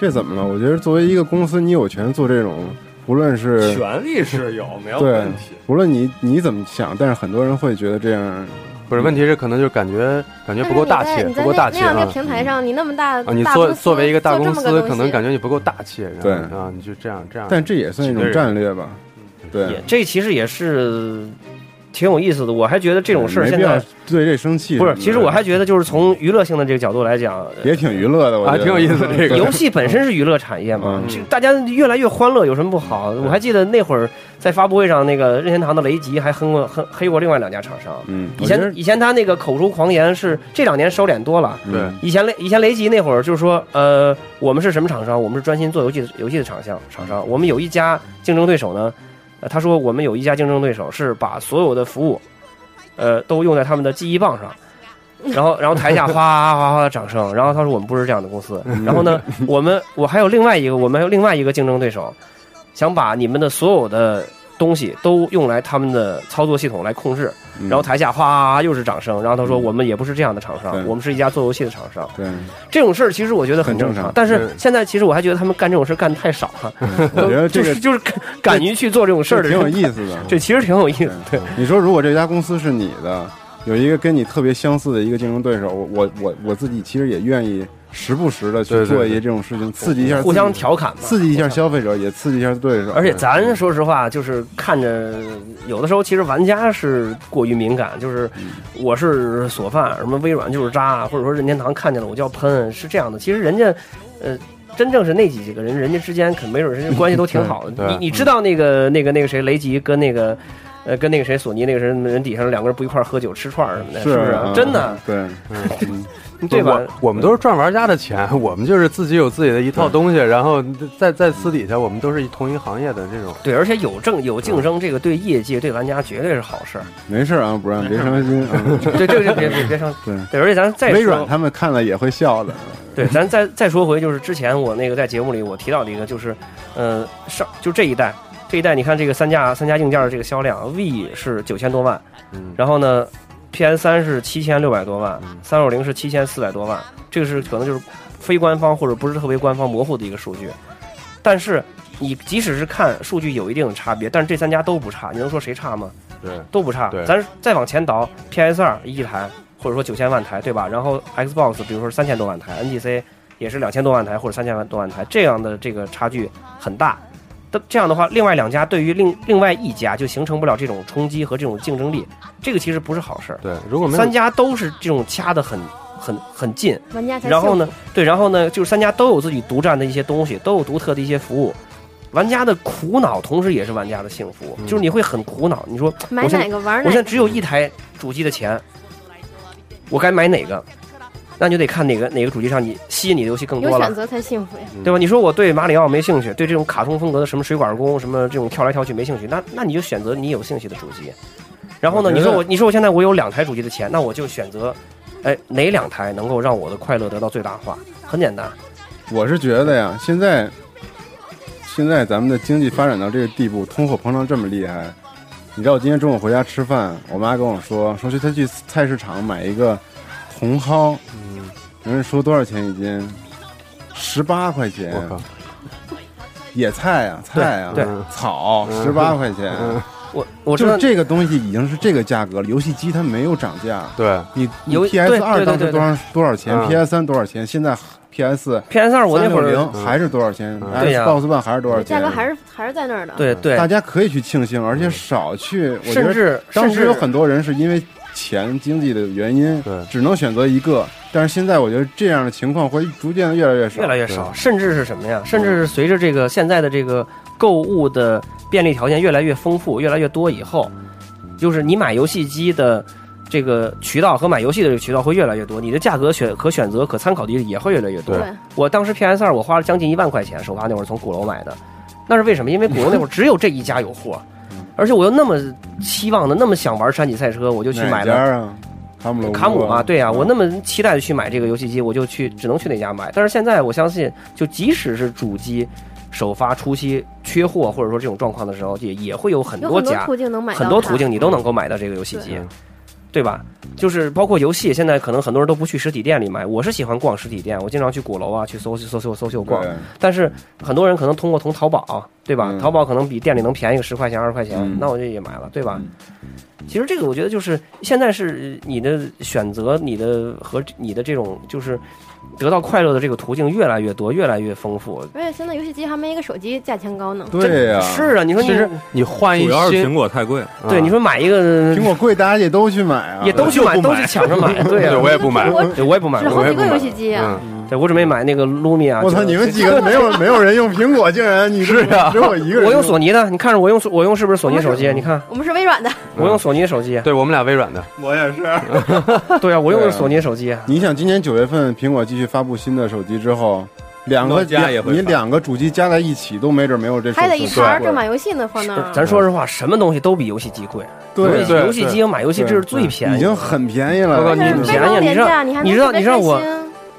K: 这怎么了？我觉得作为一个公司，你有权做这种，无论是
H: 权利是有没有
K: 对
H: 问题，，
K: 无论你你怎么想，但是很多人会觉得这
J: 啊
K: 样
F: 不是问题是可能就感觉感觉不
L: 但是
F: 够
L: 你
F: 大
L: 在
F: 气，
L: 你
F: 不
L: 在
F: 够
L: 那
F: 大
L: 那
F: 气
L: 样的
F: 啊。
L: 平台上，你那么大
F: 啊，你
L: 大
F: 作
L: 公司
F: 作为一个大
L: 做这
F: 公
L: 么
F: 司，
L: 东
F: 可能
L: 西
F: 感觉你不够大气，然后
K: 对
F: 啊，你就这样这样，
K: 但这也算一种战略吧？对，
J: 这其嗯实也是挺有意思的。我还觉得这种事
K: 嗯
J: 儿
K: 没
J: 现
K: 必要嗯
J: 在
K: 对这生气什
J: 不
K: 么的。
J: 是，其实我还觉得就是从娱乐性的这个角度来讲，
K: 也挺娱乐的，我觉
F: 啊
K: 得
F: 挺有意 思这个
J: 游戏本身是娱乐产业嘛，
K: 嗯
J: 这大家越来越欢乐，有什么不好？我还记得那会儿在发布会上，那个任天堂的雷吉还哼过哼黑过另外两家厂商。
K: 嗯，
J: 以
K: 我觉得嗯
J: 前以前他那个口出狂言是这两年收敛多了。
K: 对
J: 以前雷以前雷吉那会儿就是说，呃，我们是什么厂商？我们是专心做游戏的游戏的厂商厂商。我们有一家竞争对手呢，呃，他说我们有一家竞争对手是把所有的服务，呃，都用在他们的记忆棒上。然后，然后台下哗哗哗哗的掌声。然后他说：“我们不是这样的公司。”然后呢，我们我还有另外一个，我们还有另外一个竞争对手，想把你们的所有的东西都用来他们的操作系统来控制。
K: 嗯
J: 然后台下哗又是掌声。然后他说：“我们也不是这样的厂商，我们是一家做游戏的厂商。”
K: 对，
J: 这种事儿其实我觉得
K: 很
J: 正
K: 正常
J: 但是
K: 对
J: 现在其实我还觉得他们干这种事儿干得太少了。
K: 嗯我觉得这个
J: 就是就是敢于去做这种事儿的
K: 挺
J: 人
K: 有意思的。
J: 这其实挺有意思的。对，
K: 你说如果这家公司是你的，有一个跟你特别相似的一个竞争对手，我我我我自己其实也愿意时不时的去
F: 对对
K: 做
F: 对
K: 一些这种事情，刺激一下自己，
J: 互相调侃嘛
K: 刺激一下消费者，也刺激一下对手。嗯
J: 而且咱说实话，就是看着有的时候，其实玩家是过于敏感，就是
K: 嗯
J: 我是索饭，什么微软就是渣，啊或者说任天堂看见了我就要喷，是这样的。其实人家，呃。真正是那几几个人，人家之间可没准人家关 系都挺好
F: 对
J: 的。
F: 对
K: 嗯
J: 你你知道那个那个那个谁雷吉跟那个，呃跟那个谁索尼那个谁人底下两个人不一块儿喝酒吃串儿什么的，是不
K: 是
J: 是
K: 啊？
J: 真的，
K: 对，嗯
J: 对吧？
F: 我我们都是赚玩家的钱， 我们就是自己有自己的一套东西，然后在在私底下我们都是一同一行业的这种。
J: 对，而且有正有竞争，这个对业界对玩家绝对是好 事儿。
K: 没事啊，不让别伤心啊。
J: 对，这个别别别上。
K: 对
J: 对，而且咱再说
K: 微软他们看了也会笑的。
J: 对，咱再再说回，就是之前我那个在节目里我提到的一个，就是，呃，上就这一代，这一代你看这个三家三家硬件的这个销量，V 是九千多万，
F: 嗯
J: 然后呢，PS 三是七千六百多万，三六零是七千四百多万，这个是可能就是非官方或者不是特别官方模糊的一个数据，但是你即使是看数据有一定的差别，但是这三家都不差，你能说谁差吗？
F: 对，
J: 都不差
F: 对。
J: 咱再往前倒，PS 二一亿台，或者说九千万台，对吧？然后 Xbox 比如说三千多万台，NGC 也是两千多万台或者三千万多万台，这样的这个差距很大。但这样的话，另外两家对于另另外一家就形成不了这种冲击和这种竞争力，这个其实不是好事儿。
F: 对，如果没有
J: 三家都是这种掐得很很很近，
L: 玩家才
J: 然后呢
L: 幸福，
J: 对，然后呢，就是三家都有自己独占的一些东西，都有独特的一些服务。玩家的苦恼，同时也是玩家的幸福，
F: 嗯
J: 就是你会很苦恼。你说
L: 买
J: 我现
L: 哪个玩哪个
J: 我现在只有一台主机的钱，我该买哪个？那你就得看哪个哪个主机上你吸引你的游戏更
L: 有
J: 多了
L: 选，择才幸福呀。
J: 对吧？你说我对马里奥没兴趣，对这种卡通风格的什么水管工、什么这种跳来跳去没兴趣，那那你就选择你有兴趣的主机。然后呢，
H: 我觉
J: 你
H: 得
J: 说我你说我现在我有两台主机的钱，那我就选择，哎，哪两台能够让我的快乐得到最大化？很简单，
K: 我是觉得呀，现在现在咱们的经济发展到这个地步，通货膨胀这么厉害，你知道我今天中午回家吃饭，我妈跟我说，说去她去菜市场买一个茼蒿，嗯，人家说多少钱一斤？十八块钱。
F: 靠
K: 野菜啊，菜啊，
J: 对
K: 草
F: 嗯
K: 十八块钱，
J: 我我知
K: 就
J: 道
K: 是这个东西已经是这个价格了，游戏机它没有涨价。
F: 对
K: 你你
J: 游
K: PS 二
J: 对
K: 当
J: 对对
K: 时
J: 对
K: 多少多少钱
F: 嗯
K: ？PS 三多少钱？现在 PS
J: PS 二我那会儿嗯
K: 360还是多少钱
J: 对呀
K: ？Xbox One 还是多少钱？
L: 价格还是还是在那儿的。
J: 对对
K: 啊大家可以去庆幸，而且少去。我觉得
J: 甚至
K: 当
J: 甚
K: 时
J: 至
K: 有很多人是因为钱、经济的原因，只能选择一个。但是现在我觉得这样的情况会逐渐的越来越少，
J: 越来越少，甚至是什么呀？甚至是随着这个现在的这个购物的便利条件越来越丰富、越来越多以后，就是你买游戏机的这个渠道和买游戏的这个渠道会越来越多，你的价格选可选择、可参考的也会越来越多
L: 对。
J: 我当时 PS 二我花了将近一万块钱，首发那会儿从鼓楼买的，那是为什么？因为鼓楼那会儿只有这一家有货，而且我又那么期望的、那么想玩山脊赛车，我就
K: 就
J: 去买
K: 家
J: 了。
K: 啊？卡姆罗
J: 卡姆
K: 啊
J: 嘛，对呀、我那么期待去买这个游戏机，我就去只能去那家买。但是现在我相信，就即使是主机首发初期缺货或者说这种状况的时候，也也会有很
L: 有很多
J: 家
L: 途径能买到它，
J: 很多途径你都能够买到这个游戏机
L: 对，
J: 对吧？就是包括游戏，现在可能很多人都不去实体店里买。我是喜欢逛实体店，我经常去鼓楼啊，去搜去搜搜搜搜逛
K: 对。
J: 但是很多人可能通过从淘宝，对
K: 嗯
J: 吧？淘宝可能比店里能便宜个十块钱二十块钱，那我就也买了，对吧？
K: 嗯
J: 其实这个我觉得就是现在是你的选择，你的和你的这种就是得到快乐的这个途径越来越多，越来越丰富。
L: 而且现在游戏机还没一个手机价钱高呢。
K: 对呀、
J: 是啊，你说你
K: 其
L: 嗯
K: 实
J: 你
H: 哎
J: 换
K: 一主要是新
J: 苹
B: 果太贵
J: 对，你说买一个
K: 苹果贵，大家也都去买啊，
J: 也都去买，都去抢着 买，对呀，
K: 我也不买
J: 对，我也不买，
L: 只好
J: 我也
L: 几
J: 不
L: 个游
J: 买。
L: 戏机啊，
J: 嗯，对我准备买那个 Lumia。
K: 我操，
J: 就
K: 你们几 个没有没有人用苹果，竟然你是
J: 啊
K: 只有我一个人。
J: 我用索尼的，你看着我用我用是不是索尼手机？你看
L: 我们是微软的，
J: 我用索尼手机，
M: 对我们俩微软的，
K: 我也是。
J: 对啊，我用的是索尼手机。
K: 你想，今年九月份苹果继续发布新的手机之后，两个
B: 诺基亚也会
K: 你
B: 发
K: 两个主机加在一起都没准没有这手
L: 还得
K: 机
L: 一茬儿
K: 贵
L: 正买游戏呢，放那
J: 不是
L: 儿。啊
J: 咱说实话，什么东西都比游戏机贵。
K: 对
J: 游戏机买游戏这是最便宜的，
K: 已经很便宜
J: 不
K: 了。
J: 不你
K: 真的
J: 便宜，你知
L: 廉价你
J: 道
L: 还
J: 你知道
L: 能特别
J: 你知道
L: 开
J: 我
L: 心，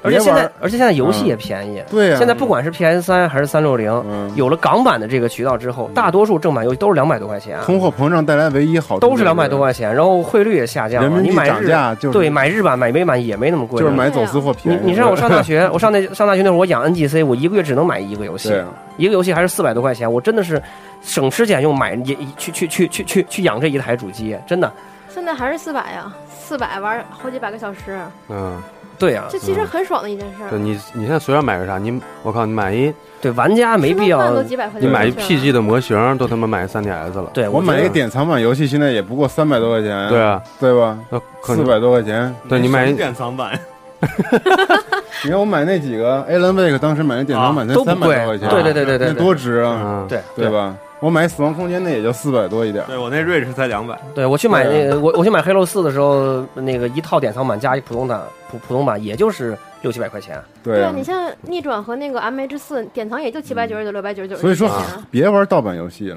J: 而且现
K: 别玩
J: 在
K: 儿
J: 而且现在游戏也便宜，
K: 对啊嗯
J: 现在不管是 PS 三还是三六零，有了港版的这个渠道之后，大多数正版游戏都是两百多块钱，
K: 通货膨胀带来唯一好处
J: 都是两百多块钱，然后汇率也下降了，
K: 人民币
J: 你买
K: 涨
J: 日
K: 价就是
J: 对买日版买美版也没那么贵
K: 就
J: 了，
K: 是买走私货便
J: 你
K: 宜。
J: 你让我上 大学，我上那上大学那会儿，我养 NGC，我一个月只能买一个游戏
K: 对啊，
J: 一个游戏还是四百多块钱，我真的是省吃俭用买也去去去去去去养这一台主机，真的，
L: 现在还是四百呀，四百玩好几百个小时，
J: 呃
M: 嗯，
J: 对啊呀、
L: 这其实很爽的一件事儿。
M: 对你，你现在随便买个啥，你我靠，你买一
J: 对玩家
L: 没必要吃顿饭都几百块钱
M: 你买一
L: 就去了
M: PG 的模型都他妈买三 DS 了，
J: 对
K: 我买一个典藏版游戏，现在也不过三百多块钱，
M: 对啊，
K: 对吧？
M: 可
K: 四
M: 能
K: 百多块钱，
M: 对你买一
K: 典
B: 藏版，
K: 你看我买那几个 Alan Wake，当时买那典藏版才
J: 啊都不
K: 三百
J: 贵
K: 多块钱，
J: 对对对对对
K: 那多值啊，
M: 嗯
J: 对
K: 对吧？我买死亡空间那也就四百多一点，
B: 对我那瑞士才两百，
J: 对我去买那
K: 对啊
J: 个我我去买黑漏四的时候，那个一套典藏版加一普通版普普通版也就是六七百块 钱，
K: 对啊
L: 啊，你像逆转和那个 M H 四典藏也就七百九十九、六百九十九，
K: 所以说
J: 啊
L: 啊
K: 别玩盗版游戏了，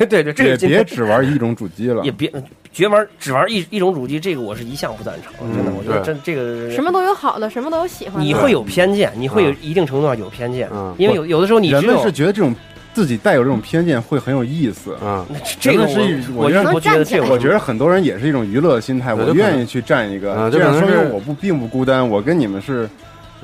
J: 对对，这
K: 也
J: 个今
K: 别
J: 天
K: 只玩一种主机了
J: 也，别绝玩只玩一一种主机，这个我是一向不赞成，真的，
K: 嗯
J: 我觉得
K: 对
J: 真这个
L: 什么都有好的，什么都有喜欢的。
J: 你会有偏见，你会有一定程度上有偏见，因为有有的时候你
K: 嗯人
J: 只
K: 们
J: 有
K: 是觉得这种自己带有这种偏见会很有意思
M: 啊
J: 这个
K: 是一
J: 我我
K: 觉得
J: 我觉得这个
K: 我觉得很多人也是一种娱乐心态，
M: 对
K: 我
M: 就可能
K: 愿意去占一
M: 啊
K: 个，
M: 就可
K: 这样
M: 能
K: 说
M: 是
K: 明我不并不孤单，我跟你们是。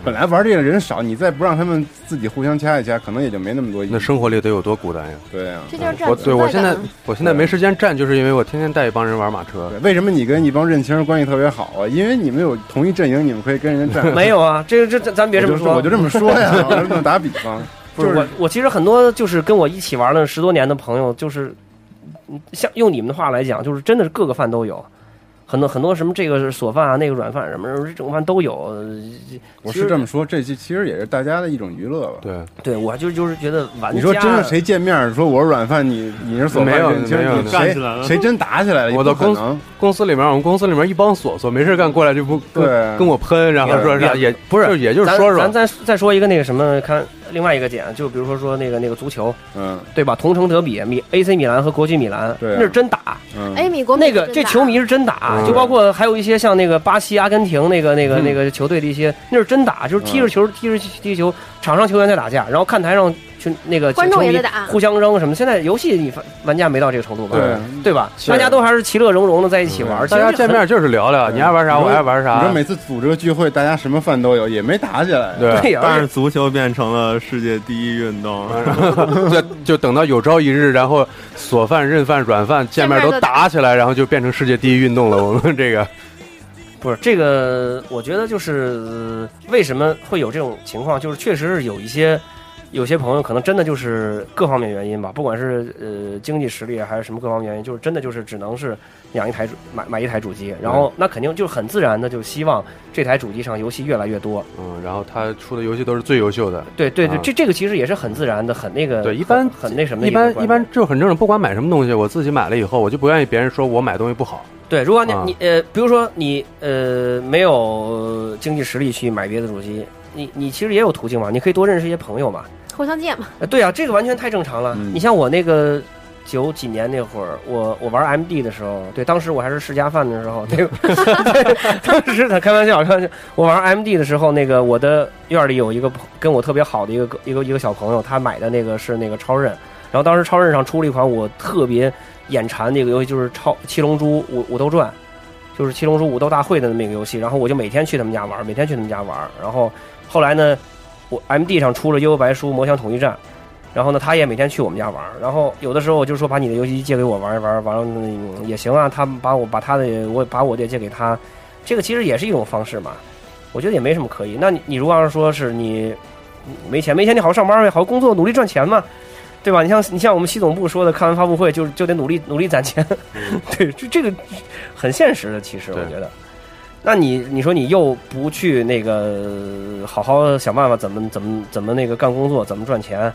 K: 本来玩这个人少，你再不让他们自己互相掐一掐，可能也就没那么多意思。
M: 那生活里得有多孤单呀？
K: 对呀、啊，
L: 这就是占
M: 我
L: 存
M: 对我
L: 在
M: 现
L: 感啊
M: 在我现在没时间站，就是因为我天天带一帮人玩马车。
K: 为什么你跟一帮认亲关系特别好啊？因为你们有同一阵营，你们可以跟人站。
J: 没有啊，这这这咱别这么
K: 我就
J: 说，
K: 我就这么说呀， 我就这么打比方。
J: 不是
K: 就是
J: 我，我其实很多就是跟我一起玩了十多年的朋友，就是嗯像用你们的话来讲，就是真的是各个饭都有，很多很多什么这个是锁饭啊，那个软饭什么这种饭都有。呃
K: 我
J: 其
K: 是
J: 实
K: 这么说，这其实也是大家的一种娱乐吧。
M: 对，
J: 对我就就是觉得玩家，
K: 你说真的，谁见面说我是软饭，你你是索饭，
M: 没有
K: 其实
M: 没有
K: 你
M: 干起来
K: 谁
M: 了
K: 谁真打起来了，
M: 我到
K: 也不可
M: 公
K: 能。
M: 公司里面，我们公司里面一帮琐琐没事干过来就不跟
K: 对啊
M: 跟我喷，然后说啥
J: 对
M: 也
J: 不是
M: 就也就是
J: 咱
M: 说
J: 咱
M: 说，
J: 再再说一个那个什么，看另外一个点，就比如说说那个那个足球，
K: 嗯，
J: 对吧？同城德比，米 AC 米兰和国际米兰，
K: 对啊
J: 那是真打。
L: 哎，米国
J: 那个这球
L: 啊
J: 迷是真打，啊
M: 嗯
J: 就包括还有一些像那个巴西、阿根廷那个那个
K: 嗯
J: 那个球队的一些，那是真打，就是
M: 嗯
J: 踢着球、踢着踢着球，场上球员在打架，然后看台上群那个
L: 观众
J: 球迷
L: 也在打啊
J: 互相扔什么。现在游戏你发玩家没到这个程度吧？
K: 对
J: 对吧？
K: 是
J: 大家都还是其乐融融的在一起玩，
M: 嗯大家见面
J: 就
M: 就是聊聊，你爱玩啥我爱玩
K: 你说
M: 啥。
K: 每次组织个聚会，大家什么饭都有，也没打 起来。
M: 对
J: 对呀，
N: 啊
J: 而
N: 但是
J: 且
N: 足球变成了世界第一运动，
M: 对，就等到有朝一日，然后索饭、认饭、软饭见面都打起来，然后就变成世界第一运动了。我们这个
J: 不是这个，我觉得就是呃为什么会有这种情况，就是确实是有一些。有些朋友可能真的就是各方面原因吧，不管是呃经济实力啊还是什么各方面原因，就是真的就是只能是养一台主买买一台主机，然
M: 嗯
J: 后那肯定就是很自然的就希望这台主机上游戏越来越多。
M: 嗯，然后他出的游戏都是最优秀的。
J: 对对对，
M: 啊
J: 这这个其实也是很自然的，很那个
M: 对一般
J: 很很那什么的
M: 一
J: 个
M: 般
J: 观
M: 一般就很正常，不管买什么东西，我自己买了以后，我就不愿意别人说我买东西不好。
J: 对，如果你、
M: 啊
J: 你呃，比如说你呃没有呃经济实力去买别的主机，你你其实也有途径嘛，你可以多认识一些朋友嘛。
L: 互相见嘛，
J: 呃对啊，这个完全太正常了。你像我那个九几年那会儿，我我玩 MD 的时候，对，当时我还是世家饭的时候，那个当时他开玩笑，开玩笑，我玩 MD 的时候，那个我的院里有一个朋跟我特别好的一个哥一个一个小朋友，他买的那个是那个超任，然后当时超任上出了一款我特别眼馋的一个游戏，就是超七龙珠武武斗传。就是七龙珠武斗大会的那么一个游戏，然后我就每天去他们家玩，每天去他们家玩。然后后来呢，我 M D 上出了《幽游白书》《魔翔统一战》，然后呢，他也每天去我们家玩。然后有的时候我就说把你的游戏机借给我玩一玩，完了嗯也行啊。他把我把他的我把我的也借给他，这个其实也是一种方式嘛。我觉得也没什么可以。那你你如果要是说是你没钱，没钱你好好上班呗，好好工作，努力赚钱嘛。对吧？你像你像我们习总部说的，看完发布会就就得努力努力攒钱， 对，就这个很现实的，其实我觉得。那你你说你又不去那个好好想办法怎么怎么怎么那个干工作，怎么赚钱，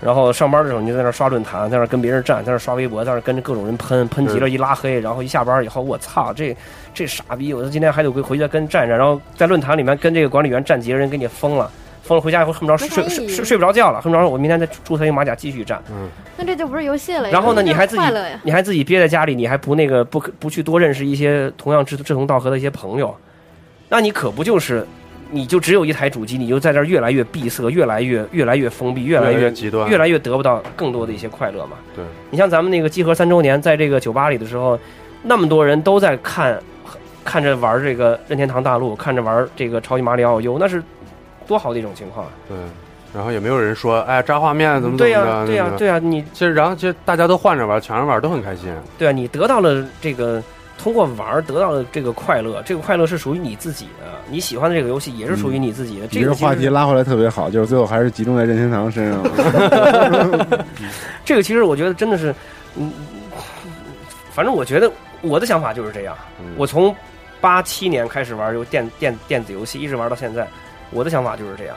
J: 然后上班的时候你就在那儿刷论坛，在那儿跟别人站，在那儿刷微博，在那儿跟着各种人喷，喷急了，一拉黑，然后一下班以后，我操，这这傻逼，我今天还得回回去再跟站站，然后在论坛里面跟这个管理员站急了，人给你封了。封了回家以后恨不着睡睡睡睡不着觉了，恨不着我明天再注册一个马甲继续战。嗯，
L: 那这就不是游戏了呀。
J: 然后呢，
L: 这
J: 你
L: 就是
J: 还自己
L: 快乐呀？
J: 你还自己憋在家里，你还不那个不不去多认识一些同样志志同道合的一些朋友，那你可不就是，你就只有一台主机，你就在这儿越来越闭塞，越来越越来越封闭，越来
F: 越来越极端
J: 越来越得不到更多的一些快乐嘛。
F: 对，
J: 你像咱们那个集合三周年，在这个酒吧里的时候，那么多人都在看，看着玩这个任天堂大陆，看着玩这个超级马里奥 U，那是多好的一种情况啊！
F: 对，然后也没有人说，哎，炸画面怎么怎
J: 对
F: 么
J: 呀、
F: 着？
J: 对呀、啊
F: 那个
J: 对呀、你
F: 其实然后就大家都换着玩，抢着玩，都很开心。
J: 对啊，你得到了这个通过玩儿得到了这个快乐，这个快乐是属于你自己的，你喜欢的这个游戏也是属于你自己的。
K: 你
J: 这
K: 这
J: 个
K: 嗯话题
J: 了，
K: 拉回来特别好，就是最后还是集中在任天堂身上了。
J: 这个其实我觉得真的是，嗯，反正我觉得我的想法就是这样。
F: 嗯
J: 我从八七年开始玩儿游电电电子游戏，一直玩到现在，我的想法就是这样，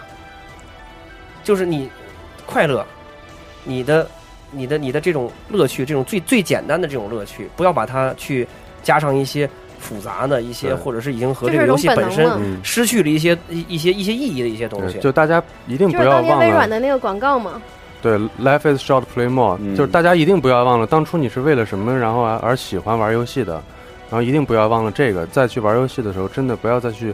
J: 就是你快乐，你的你的你的这种乐趣，这种最最简单的这种乐趣，不要把它去加上一些复杂的一些，
F: 对
J: 或者是已经和
L: 这
J: 这
L: 是
J: 个
L: 一
J: 游
L: 种
J: 戏
L: 本
J: 本
L: 能
J: 身
L: 了
F: 嗯
J: 失去了一些一一些一些意义的一些东西。
F: 对就大家一定
L: 就
F: 不
L: 是
F: 要
L: 当年
F: 忘
L: 微软
F: 了，
L: 的那个广告嘛，
J: 嗯
F: 对，life is short, play more，、就是大家一定不要忘了，当初你是为了什么，然后而而喜欢玩游戏的，然后一定不要忘了这个，再去玩游戏的时候，真的不要再去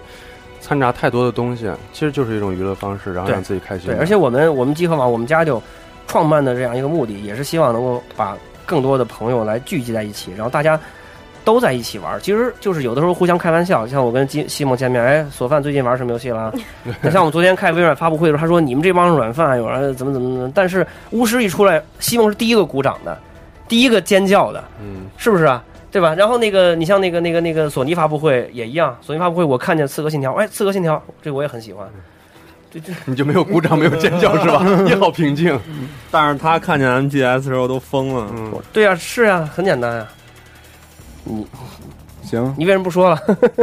F: 掺杂太多的东西，其实就是一种娱乐方式，然后
J: 对
F: 让自己开心。
J: 对，而且我们我们集合网我们家就创办的这样一个目的，也是希望能够把更多的朋友来聚集在一起，然后大家都在一起玩儿。其实就是有的时候互相开玩笑，像我跟金西蒙见面，哎，索范最近玩什么游戏了？你像我们昨天开微软发布会的时候，他说你们这帮软饭啊有人怎么怎么怎么，但是巫师一出来，西蒙是第一个鼓掌的，第一个尖叫的，
F: 嗯，
J: 是不是啊？对吧？然后那个，你像那个、那个、那个索尼发布会也一样，索尼发布会我看见《刺客信条》，哎，《刺客信条》这我也很喜欢，这这
F: 你就没有鼓掌，没有尖叫是吧？你好平静。
N: 但是他看见 MGS 的时候都疯了。嗯，
J: 对呀、是呀、很简单啊呀、
K: 行，
J: 你为什么不说了？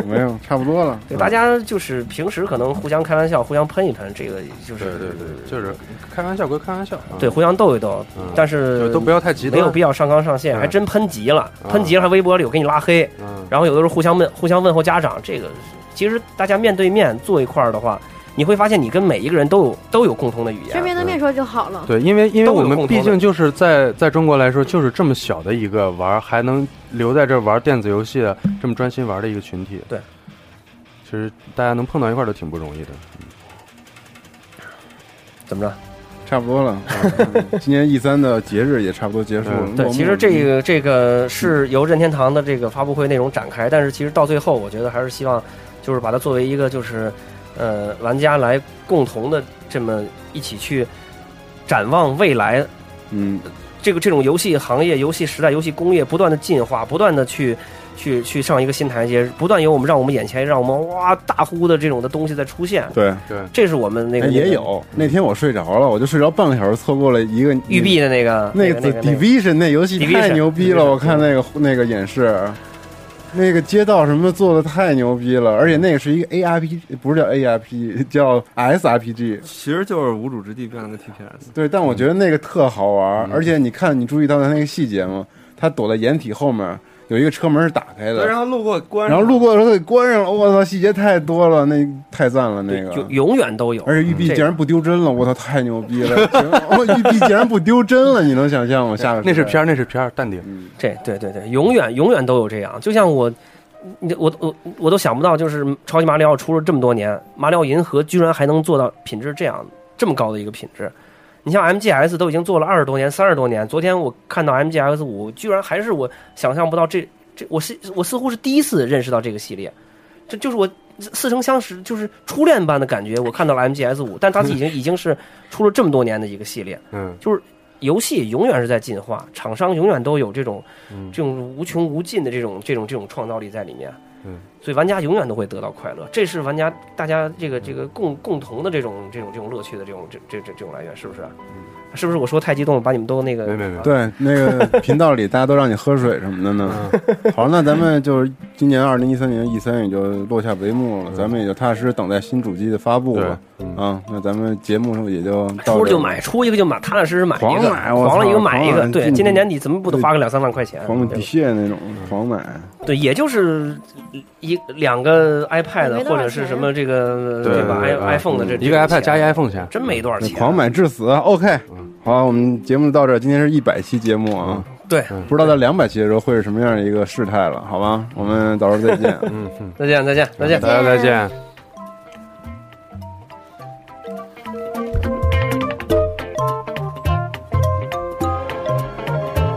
K: 没有，差不多了。
F: 嗯
K: 嗯
J: 对，大家就是平时可能互相开玩笑，互相喷一喷，这个就是对对
F: 对，就是开玩笑归开玩笑，啊嗯
J: 对互相斗一斗，但是
F: 就都不要太极端
J: 没有必要上纲上线，
F: 嗯
J: 还真喷急了，
F: 啊
J: 喷急了还微博里我给你拉黑，
F: 嗯
J: 然后有的时候互相问互相问候家长，这个其实大家面对面坐一块儿的话，你会发现你跟每一个人都有都有共同的语
L: 其实
J: 言，
L: 面对面说就好了。
F: 对，因为因
J: 啊
F: 为
J: 都有
F: 我们
J: 共同
F: 毕
J: 的
F: 竟就是在在中国来说，就是这么小的一个玩儿，还能留在这儿玩电子游戏的，这么专心玩的一个群体。
J: 对，
F: 其实大家能碰到一块儿都挺不容易的。
J: 怎么着？
K: 差不多了。 嗯今年 E 三的节日也差不多结束
M: 嗯
K: 了。
J: 对，其实
K: 嗯
J: 这个这个是由任天堂的这个发布会内容展开，但是其实到最后，我觉得还是希望就是把它作为一个就是呃玩家来共同的这么一起去展望未来
K: 嗯，
J: 这个这种游戏行业、游戏时代、游戏工业不断的进化，不断的去去去上一个新台阶，不断有我们让我们眼前让我们哇大呼的这种的东西在出现。
K: 对
F: 对
J: 这是我们那个
K: 哎也有。那天我睡着了，我就睡着半个小时，错过了一个
J: 育碧的那个
K: 那
J: 那个那个
K: The Division 那游戏
J: Division，
K: 太牛逼了！
J: Division，
K: 我看那个那个演示，那个街道什么做的太牛逼了，而且那个是一个 ARP，不是叫 ARP，叫 SRPG。
N: 其实就是无主之地变成的 TPS。
K: 对，但我觉得那个特好玩儿，
N: 嗯
K: 而且你看，你注意到的那个细节吗？他躲在掩体后面，有一个车门是打开的，
O: 对，然后路过关，
K: 然后路过的时候他给关上了，我操，细节太多了，那太赞了，那
J: 个永远都有，
K: 而且玉璧竟然不丢针了，我操，太牛逼了！我玉璧竟然不丢针了，你能想象吗？下个
L: 那是片儿，那是片儿，淡定。
J: 这对对对，永远永远都有这样，就像我。你我我我都想不到，就是超级马里奥出了这么多年，马里奥银河居然还能做到品质这样这么高的一个品质。你像 MGS 都已经做了二十多年、三十多年，昨天我看到 MGS 五，居然还是我想象不到这这，我是我似乎是第一次认识到这个系列，这就是我似曾相识，就是初恋般的感觉。我看到了 MGS 五，但它已 经已经是出了这么多年的一个系列，
L: 嗯，
J: 就是。游戏永远是在进化，厂商永远都有这种、这种无穷无尽的这种、这种、这种创造力在里面，
L: 嗯，
J: 所以玩家永远都会得到快乐，这是玩家大家这
L: 嗯
J: 个这个共共同的这种这种这种乐趣的这种这这这这种来源，是不是？是不是我说太激动了，把你们都那个？
L: 嗯没没没，
K: 对，那个频道里大家都让你喝水什么的呢。
J: 嗯
K: 好，那咱们就是今年二零一三年 E 三也就落下帷幕了，
J: 嗯
K: 咱们也就踏踏实实等待新主机的发布吧。啊，那咱们节目上也就到
J: 出
K: 这
J: 就
K: 儿
J: 买，出一个就买，踏踏实实买一
K: 狂
J: 个，
K: 买我
J: 黄了
K: 操
J: 一个买一
K: 狂
J: 个。
K: 买
J: 对，
K: 进
J: 今年年底怎么不得花个两三万块钱？啊
K: 狂
J: 对
K: 底
J: 吧嗯
K: 屑那种狂买。
J: 对，也就是一两个 iPad 或者是什么这个
K: 对
J: 吧
K: 对
F: 啊
J: ？i iPhone
F: 嗯
J: 的这啊
K: 一个 iPad 加一
L: iPhone 钱，
J: 真没多少钱。嗯
K: 狂买致死啊！OK，好，我们节目到这儿，今天是一百期节目啊。
J: 对，
K: 不知道在两百期的时候会是什么样的一个事态了，好吧？我们到时候再 见。
L: 嗯嗯，
J: 再见，再见，再见，
L: 大家再见。